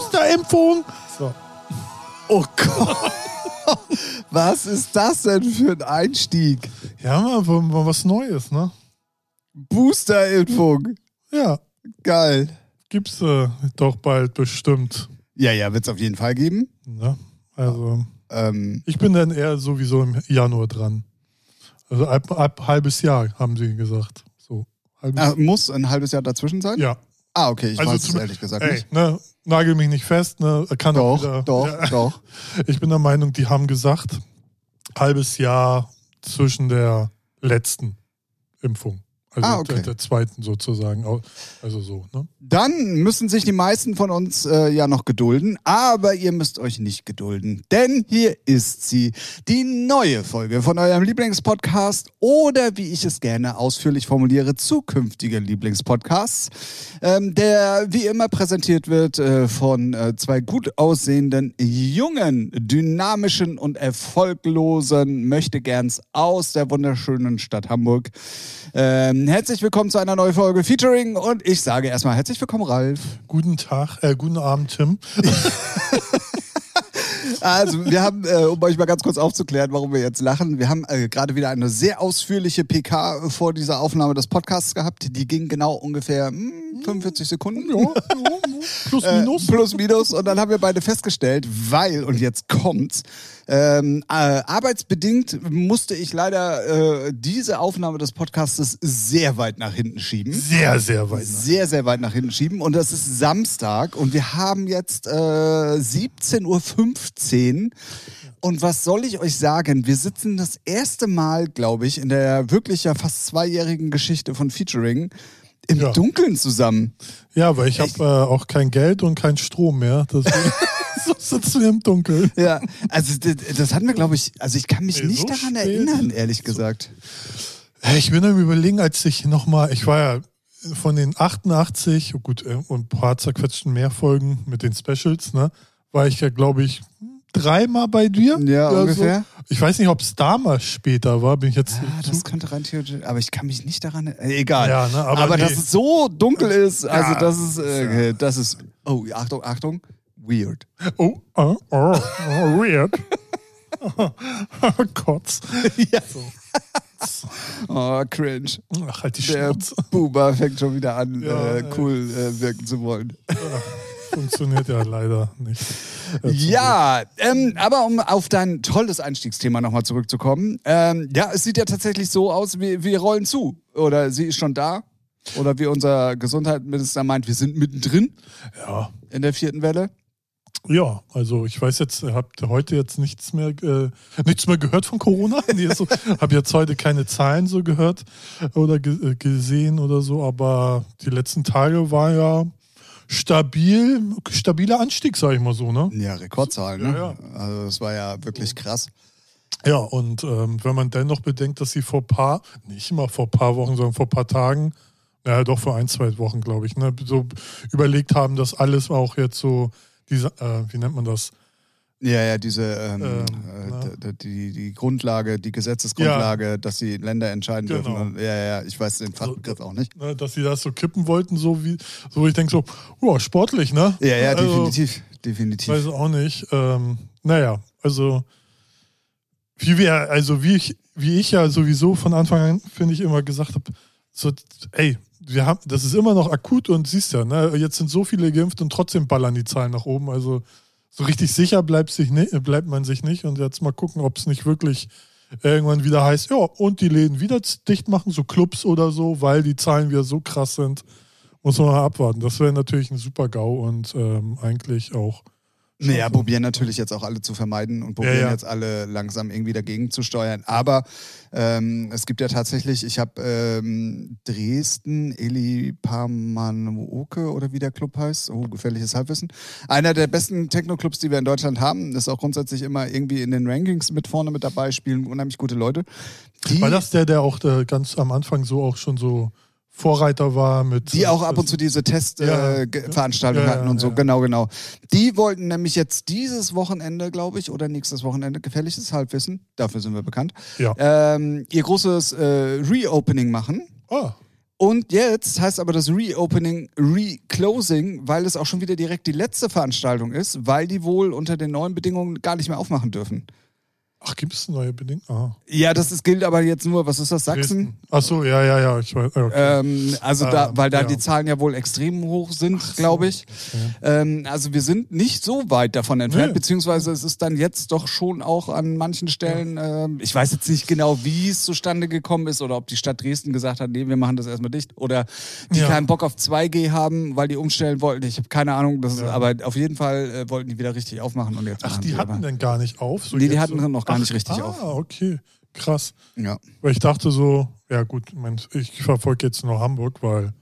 Corona-Impfung? So. Oh Gott. Was ist das denn für ein Einstieg? Ja, mal, mal, mal was Neues, ne? Booster-Impfung. Ja, Geil. gibt's äh, doch bald bestimmt. Ja, ja, wird es auf jeden Fall geben. Ne? Also, Ähm, ich bin dann eher sowieso im Januar dran. Also ab, ab halbes Jahr, haben sie gesagt. So. Halbes ah, muss ein halbes Jahr dazwischen sein? Ja. Ah, okay, ich Also weiß es zum- ehrlich gesagt Ey, nicht. ne, nagel mich nicht fest, ne? Kann auch Doch, wieder, doch, Ja, doch. Ich bin der Meinung, die haben gesagt, halbes Jahr zwischen der letzten Impfung. Also Ah, okay. der, der zweiten sozusagen. Au- Also so, ne? Dann müssen sich die meisten von uns äh, ja noch gedulden, aber ihr müsst euch nicht gedulden, denn hier ist sie, die neue Folge von eurem Lieblingspodcast oder wie ich es gerne ausführlich formuliere, zukünftige Lieblingspodcasts, ähm, der wie immer präsentiert wird äh, von äh, zwei gut aussehenden, jungen, dynamischen und erfolglosen Möchtegerns aus der wunderschönen Stadt Hamburg. Ähm, herzlich willkommen zu einer neuen Folge Featuring und ich sage erstmal herzlich willkommen, Ralf. Guten Tag, äh, guten Abend, Tim. Also, wir haben, äh, um euch mal ganz kurz aufzuklären, warum wir jetzt lachen, wir haben äh, gerade wieder eine sehr ausführliche PK vor dieser Aufnahme des Podcasts gehabt. Die ging genau ungefähr hm, 45 Sekunden. Plus, Äh, minus. Plus, minus. Und dann haben wir beide festgestellt, weil, und jetzt kommt's, ähm, äh, arbeitsbedingt musste ich leider äh, diese Aufnahme des Podcastes sehr weit nach hinten schieben. Sehr, sehr weit. nach. sehr, sehr weit nach hinten schieben. Und das ist Samstag und wir haben jetzt äh, 17.15 Uhr. Und was soll ich euch sagen? Wir sitzen das erste Mal, glaube ich, in der wirklich ja fast zweijährigen Geschichte von Featuring im Ja. Dunkeln zusammen. Ja, weil ich habe äh, auch kein Geld und kein Strom mehr. Deswegen so sitzen wir im Dunkeln. Ja, also d- das hatten wir, glaube ich, also ich kann mich Nee, nicht so spät. daran erinnern, ehrlich gesagt. Hey, Ich bin am überlegen, als ich nochmal, ich war ja von den 88, oh gut, äh, und ein paar zerquetschten mehr Folgen mit den Specials, ne, war ich ja, glaube ich, dreimal bei dir. Ja, Oder ungefähr. So. Ich weiß nicht, ob es damals später war, bin ich jetzt. Ah, zu- das könnte rein theoretisch, aber ich kann mich nicht daran erinnern. Egal. Ja, ne, aber nee. dass es so dunkel ist, also Ja, das ist, äh, das ist, oh, Achtung, Achtung, weird. oh, oh, oh, oh, weird. oh, Gott. Ja. Oh, cringe. Ach, halt die Der Schnauze. Buber fängt schon wieder an, Ja, äh, ey. cool äh, wirken zu wollen. Funktioniert ja leider nicht. Ja, ähm, aber um auf dein tolles Einstiegsthema nochmal zurückzukommen. Ähm, ja, es sieht ja tatsächlich so aus, wir, wir rollen zu. Oder sie ist schon da. Oder wie unser Gesundheitsminister meint, wir sind mittendrin Ja. in der vierten Welle. Ja, also ich weiß jetzt, habt ihr heute jetzt nichts mehr, äh, nichts mehr gehört von Corona? Nee, so, hab jetzt heute keine Zahlen so gehört oder ge äh, gesehen oder so, aber die letzten Tage war ja stabil, stabiler Anstieg, sag ich mal so, ne? Ja, Rekordzahl, ne? Ja, Also es war ja wirklich krass. Ja, und ähm, wenn man dennoch bedenkt, dass sie vor paar, nicht mal vor paar Wochen, sondern vor paar Tagen, ja doch vor ein, zwei Wochen, glaube ich, ne, so überlegt haben, dass alles auch jetzt so, diese, äh, wie nennt man das? Ja, ja, diese Ähm, ähm, äh, na. d- d- die, die Grundlage, die Gesetzesgrundlage, dass die Länder entscheiden Genau. dürfen. Und, ja, ja, ja, ich weiß den Fachbegriff auch nicht. ne, dass sie das so kippen wollten, so wie, so ich denke so, ja, sportlich, ne? Ja, ja, also, definitiv, definitiv. Weiß auch nicht. Ähm, naja, also wie wir, also wie ich, wie ich ja sowieso von Anfang an, finde ich, immer gesagt habe, so, ey, wir haben, das ist immer noch akut und siehst ja, ne, jetzt sind so viele geimpft und trotzdem ballern die Zahlen nach oben. Also so richtig sicher bleibt, sich ni- bleibt man sich nicht und jetzt mal gucken, ob es nicht wirklich irgendwann wieder heißt, ja, und die Läden wieder z- dicht machen, so Clubs oder so, weil die Zahlen wieder so krass sind. Muss man mal abwarten. Das wäre natürlich ein super GAU und ähm, eigentlich auch. Naja, probieren natürlich jetzt auch alle zu vermeiden und probieren Ja, ja. jetzt alle langsam irgendwie dagegen zu steuern. Aber ähm, es gibt ja tatsächlich, ich habe ähm, Dresden, Eli Pamanuoke oder wie der Club heißt, oh, gefährliches Halbwissen. Einer der besten Techno-Clubs, die wir in Deutschland haben, ist auch grundsätzlich immer irgendwie in den Rankings mit vorne mit dabei, spielen unheimlich gute Leute. Die, War das der, der auch äh, ganz am Anfang so auch schon so Vorreiter war mit. die auch ab und zu diese Testveranstaltungen Ja. äh, Ge- Veranstaltungen Ja, hatten und so, ja. genau, genau. Die wollten nämlich jetzt dieses Wochenende, glaube ich, oder nächstes Wochenende, gefährliches Halbwissen, dafür sind wir bekannt, Ja. ähm, ihr großes äh, Reopening machen. Ah, Und jetzt heißt aber das Reopening Reclosing, weil es auch schon wieder direkt die letzte Veranstaltung ist, weil die wohl unter den neuen Bedingungen gar nicht mehr aufmachen dürfen. Ach, gibt es neue Bedingungen? Aha. Ja, das ist, gilt aber jetzt nur, was ist das, Sachsen? Dresden. Ach so, ja, ja, ja. Ich weiß, okay. Ähm, also da, Ähm, weil da ja. die Zahlen ja wohl extrem hoch sind, Ach so, glaube ich. okay. Ähm, also wir sind nicht so weit davon entfernt, Nö. beziehungsweise es ist dann jetzt doch schon auch an manchen Stellen, ähm, ich weiß jetzt nicht genau, wie es zustande gekommen ist oder ob die Stadt Dresden gesagt hat, nee, wir machen das erstmal dicht oder die Ja. keinen Bock auf 2G haben, weil die umstellen wollten. Ich habe keine Ahnung, das ist, Ja. aber auf jeden Fall äh, wollten die wieder richtig aufmachen und jetzt Ach, machen die aber- hatten dann gar nicht auf? So Nee, die jetzt hatten so? dann noch gar Ach, nicht richtig ah, auf. okay. Krass. ja. Weil ich dachte so, ja gut, mein, ich verfolge jetzt nur Hamburg, weil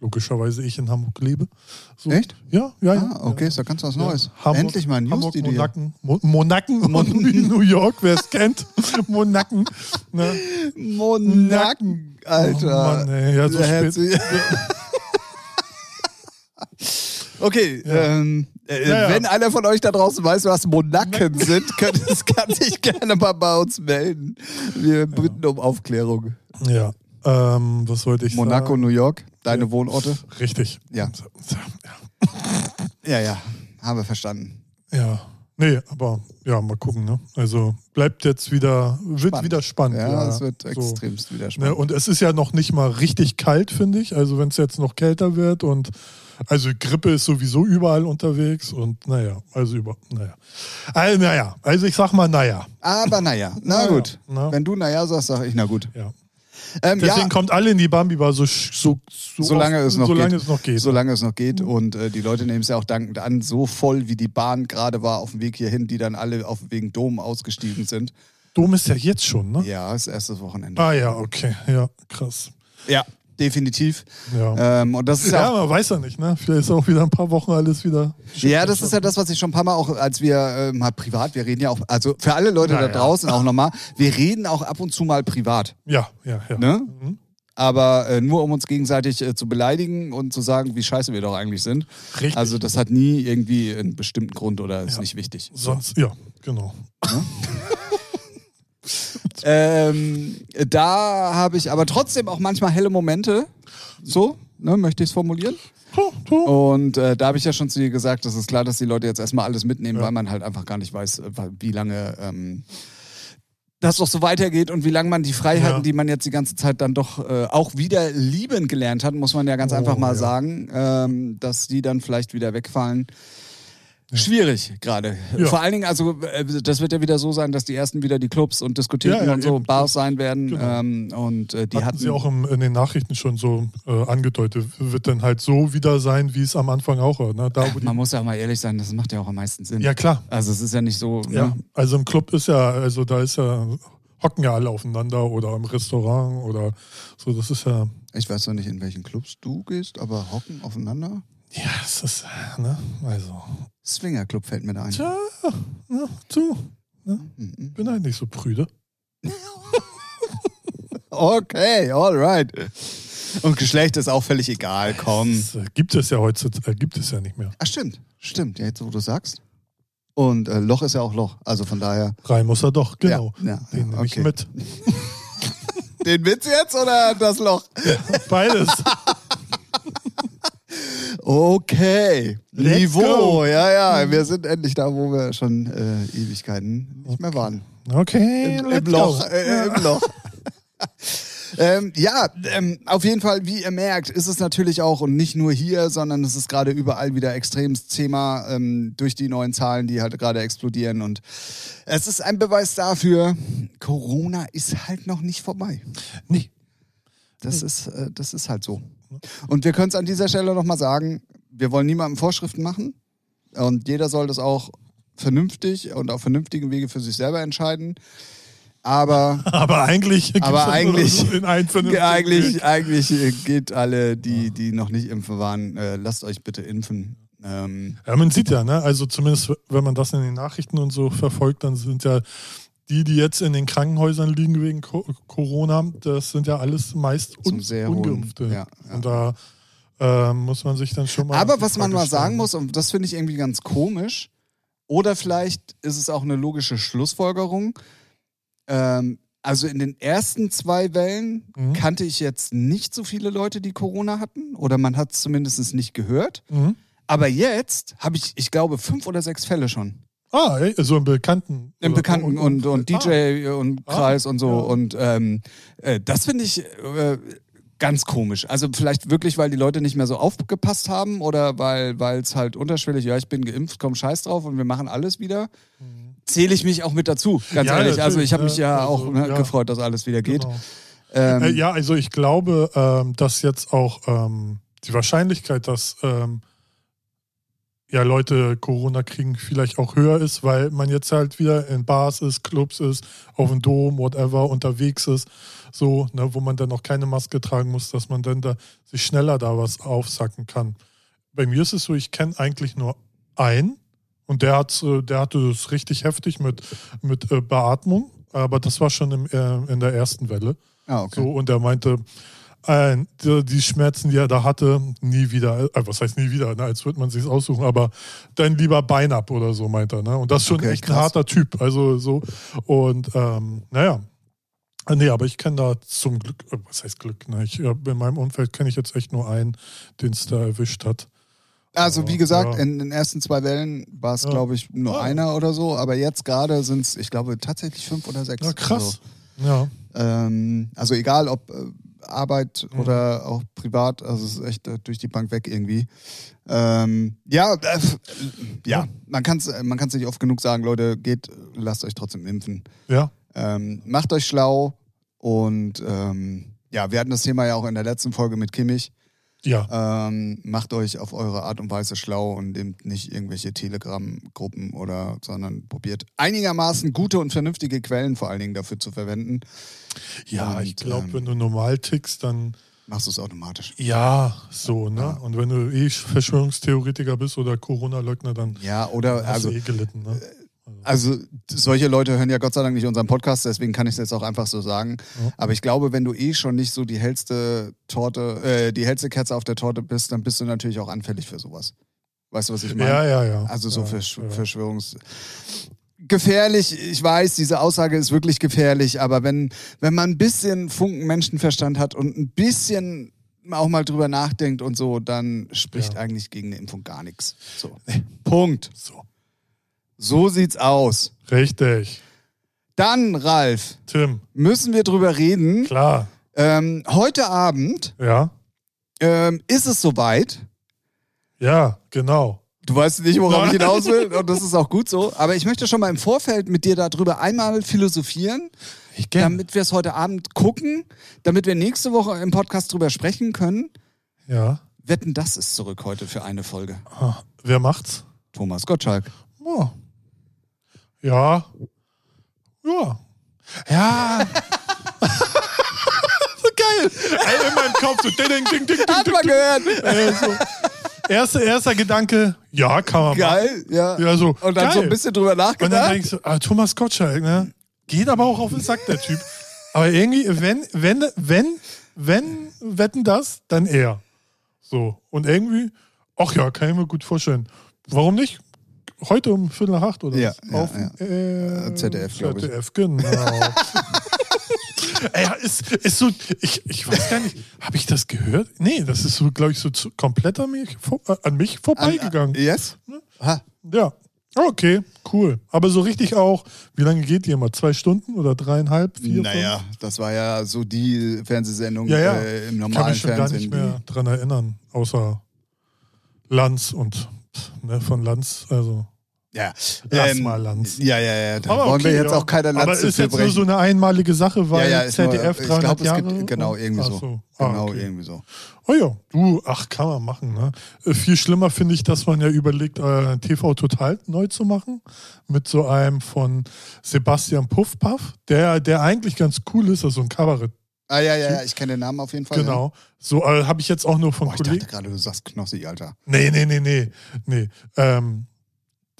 logischerweise ich in Hamburg lebe. So. Echt? Ja, ja, ja. Ah, okay, ist doch ganz was Ja. Neues. Hamburg, Endlich mal News, Hamburg, die dir. Monaken, Mo Monaken und New York, wer es kennt. Monaken. Ne? Monaken, Oh Mann, ey, ja, so spät. Herzlich- okay, ähm, äh, Ja, ja. wenn einer von euch da draußen weiß, was Monaken sind, könnt, es kann sich gerne mal bei uns melden. Wir bitten um Aufklärung. Ja, ähm, was wollte ich Monaco, sagen? New York, deine Wohnorte? Richtig. Ja. Ja, ja, haben wir verstanden. Ja. Nee, aber ja, mal gucken. Ne? Also bleibt jetzt wieder, wird Spannend. wieder spannend. Ja, es wird so. extremst wieder Ne, spannend. und es ist ja noch nicht mal richtig kalt, finde ich. Also wenn es jetzt noch kälter wird und also Grippe ist sowieso überall unterwegs und naja, also über, naja. Also, naja, also ich sag mal naja. Aber naja, na Ja, gut. na. Wenn du naja sagst, sag ich na gut. Ja. Ähm, Deswegen ja, kommt alle in die Bambi Bar so, sch- so, so Solange oft- es noch solange geht. es noch geht. solange es noch geht. Und äh, die Leute nehmen es ja auch dankend an, so voll wie die Bahn gerade war auf dem Weg hierhin, die dann alle auf wegen Dom ausgestiegen sind. Dom ist ja jetzt schon, ne? Ja, das erste Wochenende. Ah ja, okay. Ja, krass. Ja, definitiv. Ja. Ähm, und das ist ja, Ja, auch, man weiß ja nicht, ne? Vielleicht ist auch wieder ein paar Wochen alles wieder. ja, das ist halt ja das, was ich schon ein paar Mal auch, als wir äh, mal privat, wir reden ja auch, also für alle Leute Na da ja. draußen auch nochmal, wir reden auch ab und zu mal privat. Ja, ja, ja. Ne? Mhm. Aber äh, nur um uns gegenseitig äh, zu beleidigen und zu sagen, wie scheiße wir doch eigentlich sind. Richtig. Also das hat nie irgendwie einen bestimmten Grund oder ist Ja. nicht wichtig. Sonst, ja, genau. Ähm, da habe ich aber trotzdem auch manchmal helle Momente. So, ne, möchte ich es formulieren. Huh, huh. Und äh, da habe ich ja schon zu dir gesagt, das ist klar, dass die Leute jetzt erstmal alles mitnehmen, Ja. weil man halt einfach gar nicht weiß, äh, wie lange ähm, das doch so weitergeht und wie lange man die Freiheiten, Ja. die man jetzt die ganze Zeit dann doch äh, auch wieder lieben gelernt hat, muss man ja ganz Oh, einfach mal ja. sagen, ähm, dass die dann vielleicht wieder wegfallen. Schwierig gerade. Ja. Vor allen Dingen, also äh, das wird ja wieder so sein, dass die ersten wieder die Clubs und Diskotheken Ja, ja, und so eben. Bars sein werden. Genau. Ähm, und äh, die hatten, hatten, sie auch im, in den Nachrichten schon so äh, angedeutet. Wird dann halt so wieder sein, wie es am Anfang auch war. Ne? Da, wo die, Man muss ja auch mal ehrlich sein, das macht ja auch am meisten Sinn. ja, klar. Also es ist ja nicht so. Ja. Ne? Also im Club ist ja, also da ist ja, hocken ja alle aufeinander oder im Restaurant oder so. Das ist ja, Ich weiß noch nicht, in welchen Clubs du gehst, aber hocken aufeinander. ja, es ist, ne? Also, Swingerclub fällt mir da ein. tja, ne, du, Mhm. bin halt nicht so prüde. Okay, alright. Und Geschlecht ist auch völlig egal, komm. Das äh, gibt es ja heutzutage, äh, gibt es ja nicht mehr. Ach stimmt, stimmt, ja, jetzt wo du sagst. Und äh, Loch ist ja auch Loch, also von daher. Rein muss er doch, genau. Ja, ja, Den ja, nehme ich okay. mit. Den Witz jetzt oder das Loch? Beides. Okay. Let's Niveau, go. ja, ja. Wir sind endlich da, wo wir schon äh, Ewigkeiten nicht mehr waren. Okay, Im, im let's Loch. go. Äh, Im Loch. ähm, ja, ähm, auf jeden Fall, wie ihr merkt, ist es natürlich auch und nicht nur hier, sondern es ist gerade überall wieder extremes Thema ähm, durch die neuen Zahlen, die halt gerade explodieren. Und es ist ein Beweis dafür, Corona ist halt noch nicht vorbei. Nee. Hm. Das ist, äh, das ist halt so. Und wir können es an dieser Stelle nochmal sagen, wir wollen niemandem Vorschriften machen und jeder soll das auch vernünftig und auf vernünftigen Wege für sich selber entscheiden. Aber Aber eigentlich. gibt's Aber das nur eigentlich- in einen vernünftigen Weg. eigentlich, eigentlich äh, geht alle, die, die noch nicht impfen waren, äh, lasst euch bitte impfen. Ähm, Ja, man sieht ja, ne? Also zumindest, wenn man das in den Nachrichten und so verfolgt, dann sind ja die, die jetzt in den Krankenhäusern liegen wegen Co Corona, das sind ja alles meist Zum un sehr hohen- Ungeimpfte. ja, ja. Und da ähm, muss man sich dann schon mal. Aber die was man Frage mal sagen stellen. muss, und das finde ich irgendwie ganz komisch, oder vielleicht ist es auch eine logische Schlussfolgerung, ähm, Also in den ersten zwei Wellen Mhm. kannte ich jetzt nicht so viele Leute, die Corona hatten. Oder man hat es zumindest nicht gehört. Mhm. Aber jetzt habe ich, ich glaube, fünf oder sechs Fälle schon. Ah, ey, so im Bekannten. Im oder- Bekannten und, und DJ und Ah, Kreis und so. ja. Und ähm, äh, das finde ich äh, ganz komisch. Also vielleicht wirklich, weil die Leute nicht mehr so aufgepasst haben oder weil es halt unterschwellig, ja, ich bin geimpft, komm scheiß drauf und wir machen alles wieder. Zähle ich mich auch mit dazu, ganz Mhm. Ja, ehrlich. Also ich habe mich natürlich, ja ja, auch also, ne, ja. gefreut, dass alles wieder geht. Genau. Ähm, Äh, ja, also ich glaube, ähm, dass jetzt auch ähm, die Wahrscheinlichkeit, dass ähm, ja Leute Corona kriegen, vielleicht auch höher ist, weil man jetzt halt wieder in Bars ist, Clubs ist, auf dem Dom, whatever, unterwegs ist, so, ne, wo man dann auch keine Maske tragen muss, dass man dann da sich schneller da was aufsacken kann. Bei mir ist es so, ich kenne eigentlich nur einen und der, hat's, äh, der hatte es richtig heftig mit, mit äh, Beatmung, aber das war schon im, äh, in der ersten Welle. ah, okay. So, und er meinte, äh, die, die Schmerzen, die er da hatte, nie wieder, äh, was heißt nie wieder, ne, als würde man sich aussuchen, aber dann lieber Bein ab oder so, meint er. Ne? Und das ist schon Okay, echt ein krass. harter Typ. Also so, und ähm, naja. Äh, Nee, aber ich kenne da zum Glück, äh, was heißt Glück? Ne? Ich, äh, in meinem Umfeld kenne ich jetzt echt nur einen, den es da erwischt hat. Also wie Ja, gesagt, ja. in den ersten zwei Wellen war es, Ja. glaube ich, nur Ja. einer oder so. Aber jetzt gerade sind es, ich glaube, tatsächlich fünf oder sechs. Ja, Also, krass. Ja. ähm, also egal, ob äh, Arbeit Mhm. oder auch privat, also es ist echt äh, durch die Bank weg irgendwie. Ähm, ja, äh, f- ja, Ja. man kann es man kann's nicht oft genug sagen, Leute, geht, lasst euch trotzdem impfen. Ja. Ähm, macht euch schlau und ähm, ja, wir hatten das Thema ja auch in der letzten Folge mit Kimmich. Ja. Ähm, macht euch auf eure Art und Weise schlau und nehmt nicht irgendwelche Telegram-Gruppen oder, sondern probiert einigermaßen gute und vernünftige Quellen vor allen Dingen dafür zu verwenden. Ja, Und, ich glaube, ähm, wenn du normal tickst, dann Machst du es automatisch. Ja, so, ne? Ja. Und wenn du eh Verschwörungstheoretiker bist oder Corona-Leugner, dann Ja, oder, hast also, du eh gelitten, ne? also, solche Leute hören ja Gott sei Dank nicht unseren Podcast, deswegen kann ich es jetzt auch einfach so sagen. Ja. Aber ich glaube, wenn du eh schon nicht so die hellste Torte, äh, die hellste Kerze auf der Torte bist, dann bist du natürlich auch anfällig für sowas. Weißt du, was ich meine? ja, ja, ja. Also so ja, Versch ja. Verschwörungs... Gefährlich, ich weiß, diese Aussage ist wirklich gefährlich, aber wenn, wenn man ein bisschen Funken Menschenverstand hat und ein bisschen auch mal drüber nachdenkt und so, dann spricht Ja. eigentlich gegen eine Impfung gar nichts. So. Punkt. So. So sieht's aus. Richtig. Dann, Ralf, Tim, müssen wir drüber reden. klar. Ähm, heute Abend Ja. ähm, ist es soweit. Ja, genau. Du weißt nicht, worauf ich Nein. hinaus will, und das ist auch gut so. Aber ich möchte schon mal im Vorfeld mit dir darüber einmal philosophieren, Ich damit wir es heute Abend gucken, damit wir nächste Woche im Podcast drüber sprechen können. Ja. Wetten, das ist zurück heute für eine Folge. Ah, Wer macht's? Thomas Gottschalk. Oh. Ja. Ja. Ja. Ja. so geil. Ey, in meinem Kopf so ding, ding, ding, ding, ding. Hat man gehört. Äh, so. Erster, erster Gedanke, ja, kann man machen. Geil, ja. Ja, so. Und dann geil. so ein bisschen drüber Und dann nachgedacht. denkst du, ah, Thomas Gottschalk, ne? Geht aber auch auf den Sack, der Typ. Aber irgendwie, wenn, wenn, wenn, wenn, wetten das, dann er. So. Und irgendwie, ach ja, kann ich mir gut vorstellen. Warum nicht? Heute um Viertel nach acht oder Ja, was? ja, auf ja. Äh, ZDF, glaub ich. ZDF, genau. Ey, ja, ist, ist so, ich, ich weiß gar nicht, habe ich das gehört? Nee, das ist so, glaube ich, so zu, komplett an mich, vor- äh, an mich äh, vorbeigegangen. Yes? Ha. Ja. Okay, cool. Aber so richtig auch, wie lange geht die immer? Zwei Stunden oder dreieinhalb, vier? Naja, das war ja so die Fernsehsendung Ja, ja. Äh, im fünf? kann normalen mich schon gar Fernsehen. nicht mehr dran erinnern, außer Lanz und pff, ne, von Lanz, also Ja. Ähm, lass mal Lanz. Ja, ja, ja. Da Aber wollen wir okay, jetzt ja. auch keiner Aber Lanze ist jetzt nur so eine einmalige Sache, weil Ja, ja, ist nur- ZDF ich 300 glaub, es Jahre. gibt- genau, irgendwie so. Ach so. Ah, Genau, okay. irgendwie so. Oh ja, du, ach, kann man machen. Ne? Äh, Viel schlimmer finde ich, dass man ja überlegt, äh, TV Total neu zu machen. Mit so einem von Sebastian Puffpaff, der, der eigentlich ganz cool ist, also ein Kabarett. Ah, ja, ja, ja, ich kenne den Namen auf jeden Fall. Ah Ja. Genau. So äh, habe ich jetzt auch nur von Boah, ich Kollegen. dachte gerade, du sagst Knossi, Alter. Nee, nee, nee, nee. nee. Ähm,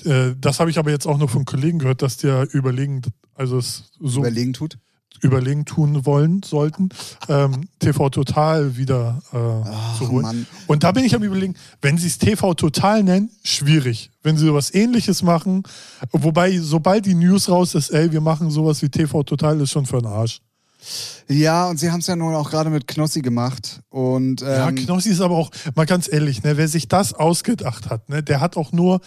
äh, das habe ich aber jetzt auch nur von Kollegen gehört, dass die ja überlegen, also es so Überlegen tut. überlegen tun wollen sollten, ähm, TV Total wieder äh, zu holen. Mann. Und da bin ich am überlegen, wenn sie es TV Total nennen, schwierig. Wenn sie sowas ähnliches machen, wobei sobald die News raus ist, ey, wir machen sowas wie TV Total, ist schon für den Arsch. Ja, und sie haben es ja nun auch gerade mit Knossi gemacht. Und ähm, ja, Knossi ist aber auch, mal ganz ehrlich, ne, wer sich das ausgedacht hat, ne, der hat auch nur,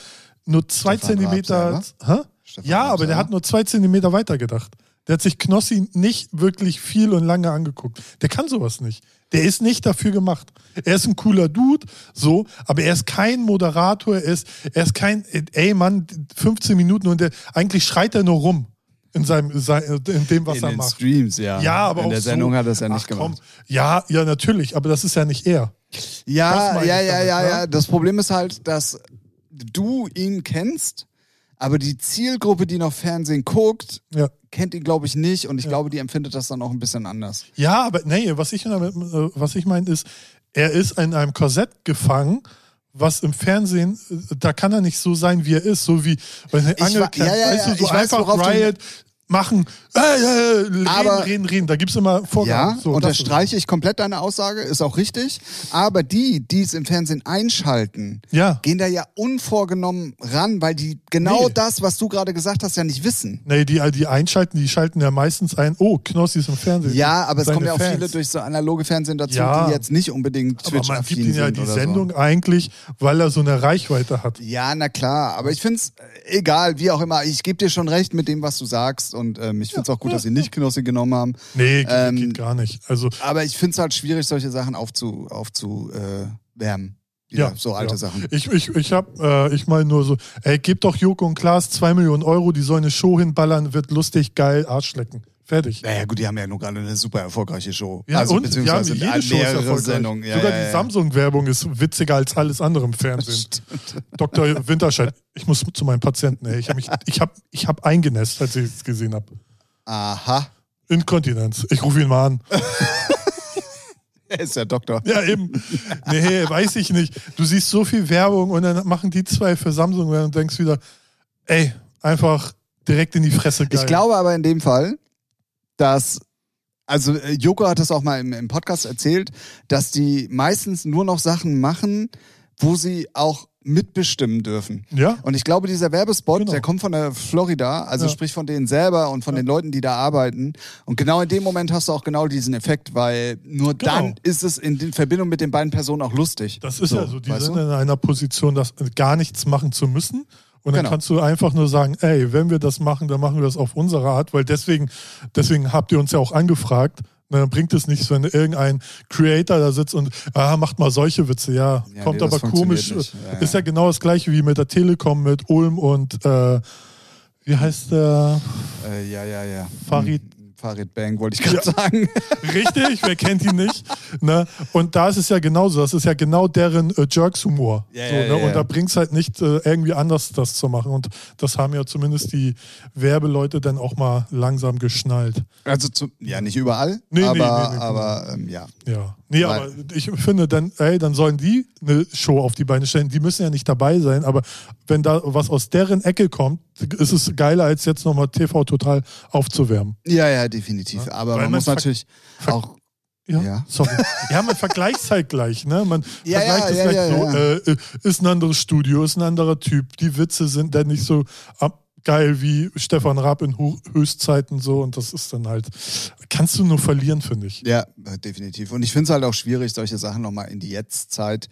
nur zwei Stefan Zentimeter. Raab Hä? Stefan Ja, Raab aber der selber. hat nur zwei Zentimeter weitergedacht. Der hat sich Knossi nicht wirklich viel und lange angeguckt. Der kann sowas nicht. Der ist nicht dafür gemacht. Er ist ein cooler Dude, so, aber er ist kein Moderator, er ist, er ist kein, ey Mann, 15 Minuten und der, eigentlich schreit er nur rum in seinem, sein- in dem, was in er den macht. Streams, ja. Ja, aber In auch der so. Sendung hat er es ja nicht Ach, gemacht. komm. Ja, ja, natürlich, aber das ist ja nicht er. Das Ja, meine ja, ich ja, damit, ja, ne? ja. Das Problem ist halt, dass du ihn kennst, aber die Zielgruppe, die noch Fernsehen guckt, Ja. kennt ihn, glaube ich, nicht. Und ich glaube, die empfindet das dann auch ein bisschen anders. Ja, aber nee, was ich, damit, äh, was ich meine ist, er ist in einem Korsett gefangen, was im Fernsehen, äh, da kann er nicht so sein, wie er ist, so wie wenn er wa- angelt, ja, ja, weißt ja, du, so ich weiß, einfach worauf du- Riot machen, äh, äh, reden, Aber- reden, reden, da gibt's immer Vorgaben. Ja, so, das ist- unterstreiche ich komplett deine Aussage, ist auch richtig. Aber die, die es im Fernsehen einschalten, Ja. gehen da ja unvorgenommen ran, weil die genau Nee. das, was du gerade gesagt hast, ja nicht wissen. Nee, die, die einschalten, die schalten ja meistens ein, oh, Knossi ist im Fernsehen. Ja, aber es Seine kommen ja auch Fans. viele durch so analoge Fernsehen dazu, Ja. die jetzt nicht unbedingt Aber man gibt Twitch-affin ihm sind ja die oder Sendung eigentlich, weil er so eine Reichweite hat. So. Ja, na klar, aber ich find's äh, egal, wie auch immer. Ich geb dir schon recht mit dem, was du sagst und ähm, ich find's auch gut, dass sie nicht Knossi genommen haben. Nee, geht, Ähm, geht gar nicht. Also, Aber ich find's halt schwierig, solche Sachen aufzu, aufzu äh, wärmen. Wieder, Ja, so alte ja. Sachen. Ich, ich, ich hab, äh, ich meine nur so, ey, gib doch Joko und Klaas 2 Millionen Euro, die sollen eine Show hinballern, wird lustig, geil, Arsch lecken. Fertig. Naja, gut, die haben ja nun gerade eine super erfolgreiche Show. Ja, also, und beziehungsweise ja, jede Show ist mehrere erfolgreich. Sendungen. Ja, Sogar ja, die ja. Samsung-Werbung ist witziger als alles andere im Fernsehen. Dr. Winterscheid, ich muss zu meinem Patienten, ey. Ich habe ich hab, ich hab eingenässt, als ich es gesehen habe. Aha. Inkontinenz. Ich rufe ihn mal an. Er ist der Doktor. Ja, eben. Nee, weiß ich nicht. Du siehst so viel Werbung und dann machen die zwei für Samsung Werbung und denkst wieder, ey, einfach direkt in die Fresse geil. Ich glaube aber in dem Fall, dass, also äh, Joko hat das auch mal im, im Podcast erzählt, dass die meistens nur noch Sachen machen, wo sie auch mitbestimmen dürfen. Ja? Und ich glaube, dieser Werbespot, Genau. der kommt von der Florida, also Ja. sprich von denen selber und von den Leuten, die da arbeiten. Und genau in dem Moment hast du auch genau diesen Effekt, weil nur Genau. dann ist es in den- Verbindung mit den beiden Personen auch lustig. Das ist ja so. Die weißt sind du? in einer Position, das äh, gar nichts machen zu müssen. Und dann Genau. kannst du einfach nur sagen, ey, wenn wir das machen, dann machen wir das auf unsere Art, weil deswegen, deswegen habt ihr uns ja auch angefragt. Na, dann bringt es nichts, wenn irgendein Creator da sitzt und ah, macht mal solche Witze. Ja, Ja, kommt nee, das aber komisch. funktioniert nicht. Ja, ist ja. ja genau das gleiche wie mit der Telekom, mit Ulm und äh, wie heißt der? Äh, ja, ja, ja. Farid- Hm, Farid Bang wollte ich gerade sagen. Richtig, wer kennt ihn nicht? Ne? Und da ist es ja genauso. Das ist ja genau deren äh, Jerks-Humor. Ja, so, ja, ne? ja, ja. Und da bringt es halt nicht, äh, irgendwie anders das zu machen. Und das haben ja zumindest die Werbeleute dann auch mal langsam geschnallt. Also zu, ja, nicht überall, Nee, nee, aber, nee, nee, aber ähm, ja. Ja. Nee, Weil- aber ich finde, dann, ey, dann sollen die eine Show auf die Beine stellen. Die müssen ja nicht dabei sein, aber wenn da was aus deren Ecke kommt, ist es geiler, als jetzt nochmal TV total aufzuwärmen. Ja, ja, definitiv. Aber Weil man man muss ver- natürlich ver- auch. Ja, Ja. sorry. Ja, man vergleicht es halt gleich, ne? Man Ja, vergleicht ja, es ja, gleich ja, so, ja. Äh, äh, ist ein anderes Studio, ist ein anderer Typ, die Witze sind dann nicht so ab geil wie Stefan Raab in Ho Höchstzeiten so und das ist dann halt, kannst du nur verlieren, finde ich. Ja, äh, definitiv. Und ich finde es halt auch schwierig, solche Sachen nochmal in die Jetztzeit,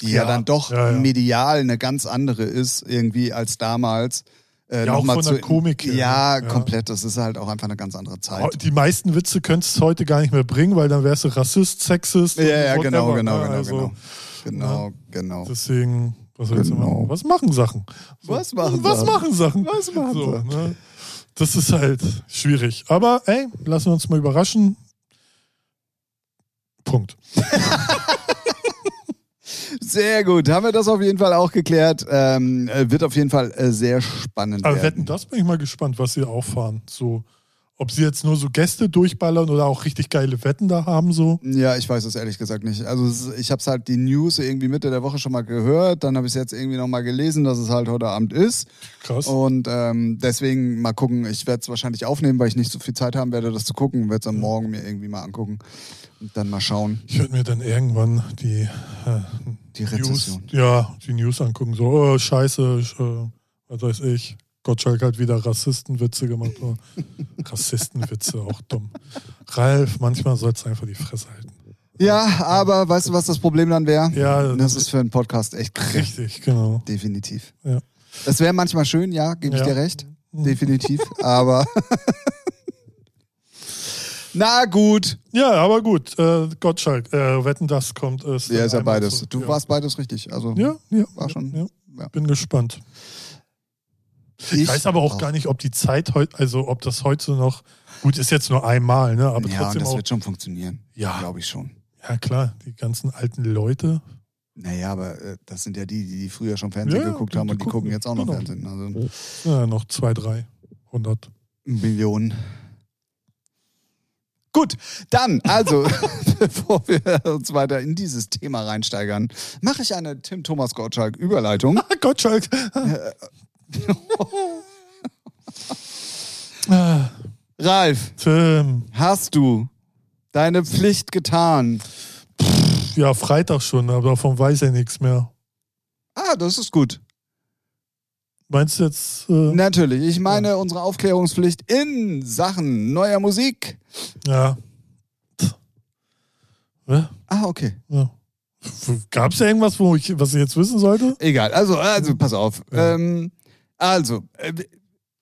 die ja, Ja, dann doch ja, ja. medial eine ganz andere ist, irgendwie als damals. Äh, Ja, auch noch mal von der Komik her, Ja, ne? Ja. Oh, komplett. Das ist halt auch einfach eine ganz andere Zeit. Die meisten Witze könntest du heute gar nicht mehr bringen, weil dann wärst du Rassist, Sexist. ja, und ja, genau, whatever, genau, ne? genau, Also, ne? genau. Genau, genau. Deswegen, was willst du Genau. machen? Was machen Sachen? So. Was machen was Sachen? machen Sachen? Was machen so, Sachen? ne? Das ist halt schwierig. Aber ey, lassen wir uns mal überraschen. Punkt. Sehr gut. Haben wir das auf jeden Fall auch geklärt. Ähm, äh, wird auf jeden Fall äh, sehr spannend. Aber werden. wetten, das bin ich mal gespannt, was sie auffahren. So ob sie jetzt nur so Gäste durchballern oder auch richtig geile Wetten da haben, so. Ja, ich weiß es ehrlich gesagt nicht. Also es ist- ich habe es halt die News irgendwie Mitte der Woche schon mal gehört, dann habe ich es jetzt irgendwie nochmal gelesen, dass es halt heute Abend ist. Krass. Und ähm, deswegen mal gucken, ich werde es wahrscheinlich aufnehmen, weil ich nicht so viel Zeit haben werde, das zu gucken. Werde es am Morgen mir irgendwie mal angucken und dann mal schauen. Ich würde mir dann irgendwann die, äh, Die Rezession. News, ja, die News angucken. So, oh, scheiße, sch- äh, was weiß ich. Gottschalk hat wieder Rassistenwitze gemacht. Oh, Rassistenwitze, auch dumm. Ralf, manchmal sollst du einfach die Fresse halten. Ja, aber weißt du, was das Problem dann wäre? Ja, Das ist für einen Podcast echt krass. richtig, genau. Definitiv. Ja. Das wäre manchmal schön, ja, gebe ich Ja. dir recht. Definitiv. aber. Na gut. Ja, aber gut, äh, Gottschalk, äh, Wetten, das kommt. Ist Ja, dann ist ja einmal beides. so- Du ja. warst beides richtig. Also Ja, ja. war schon- Ja, ja. Bin gespannt. Ich weiß aber auch gar nicht, ob die Zeit heute, also ob das heute noch, gut, ist jetzt nur einmal, ne? Aber Ja, und trotzdem das auch. wird schon funktionieren. Ja, Glaube ich schon. ja, klar, die ganzen alten Leute. Naja, aber äh, das sind ja die, die früher schon Fernsehen Ja, ja, geguckt haben die und die gucken gucken, jetzt auch noch genau. Fernsehen. Also Ja, noch zwei, drei, hundert. Millionen. Gut, dann, also, bevor wir uns weiter in dieses Thema reinsteigern, mache ich eine Tim Thomas Gottschalk Überleitung. Ah, Gottschalk! Ah, Ralf, Tim, hast du deine Pflicht getan? ja, Freitag schon, aber davon weiß er nichts mehr. Ah, das ist gut. Meinst du jetzt, äh, Natürlich. Ich meine unsere Aufklärungspflicht in Sachen neuer Musik. ja. Tch. Hä? Ah, okay. Ja. Gab es irgendwas, wo ich, was ich jetzt wissen sollte? Egal, also, also pass auf. Ja. Ähm, also, äh,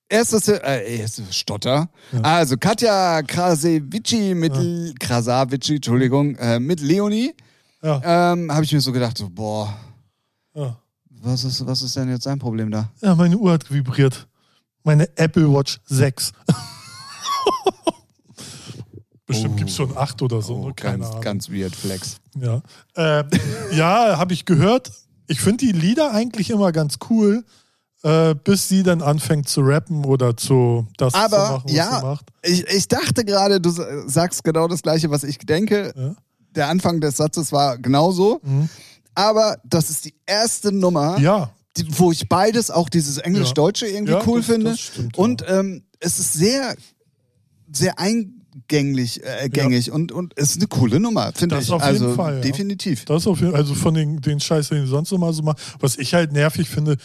erstes, äh, erstes Stotter. Ja. Also, Katja Krasavici mit, Ja. ja. Krasavici, Entschuldigung, äh, mit Leonie, Ja, ähm, habe ich mir so gedacht, so, boah, ja. was ist, was ist denn jetzt sein Problem da? Ja, meine Uhr hat vibriert. Meine Apple Watch 6. Bestimmt Oh. gibt es schon 8 oder so. Oh, ne? Keine ganz, Ahnung. ganz weird Flex. Ja, ähm, ja habe ich gehört. Ich finde die Lieder eigentlich immer ganz cool, äh, bis sie dann anfängt zu rappen oder zu das zu Aber, machen, was ja. sie macht. Ich, ich dachte gerade, du sa- sagst genau das Gleiche, was ich denke. Ja. Der Anfang des Satzes war genauso. Mhm. Aber das ist die erste Nummer, Ja, die, wo ich beides, auch dieses Englisch-Deutsche irgendwie Ja, cool das- finde. das stimmt, ja. und ähm, es ist sehr, sehr eingänglich, äh, gängig und, und es ist eine coole Nummer, finde Das ich. auf jeden also Fall, ja. definitiv. das auf jeden Fall. Also von den, den Scheiß, den sie sonst immer so macht. Was ich halt nervig finde,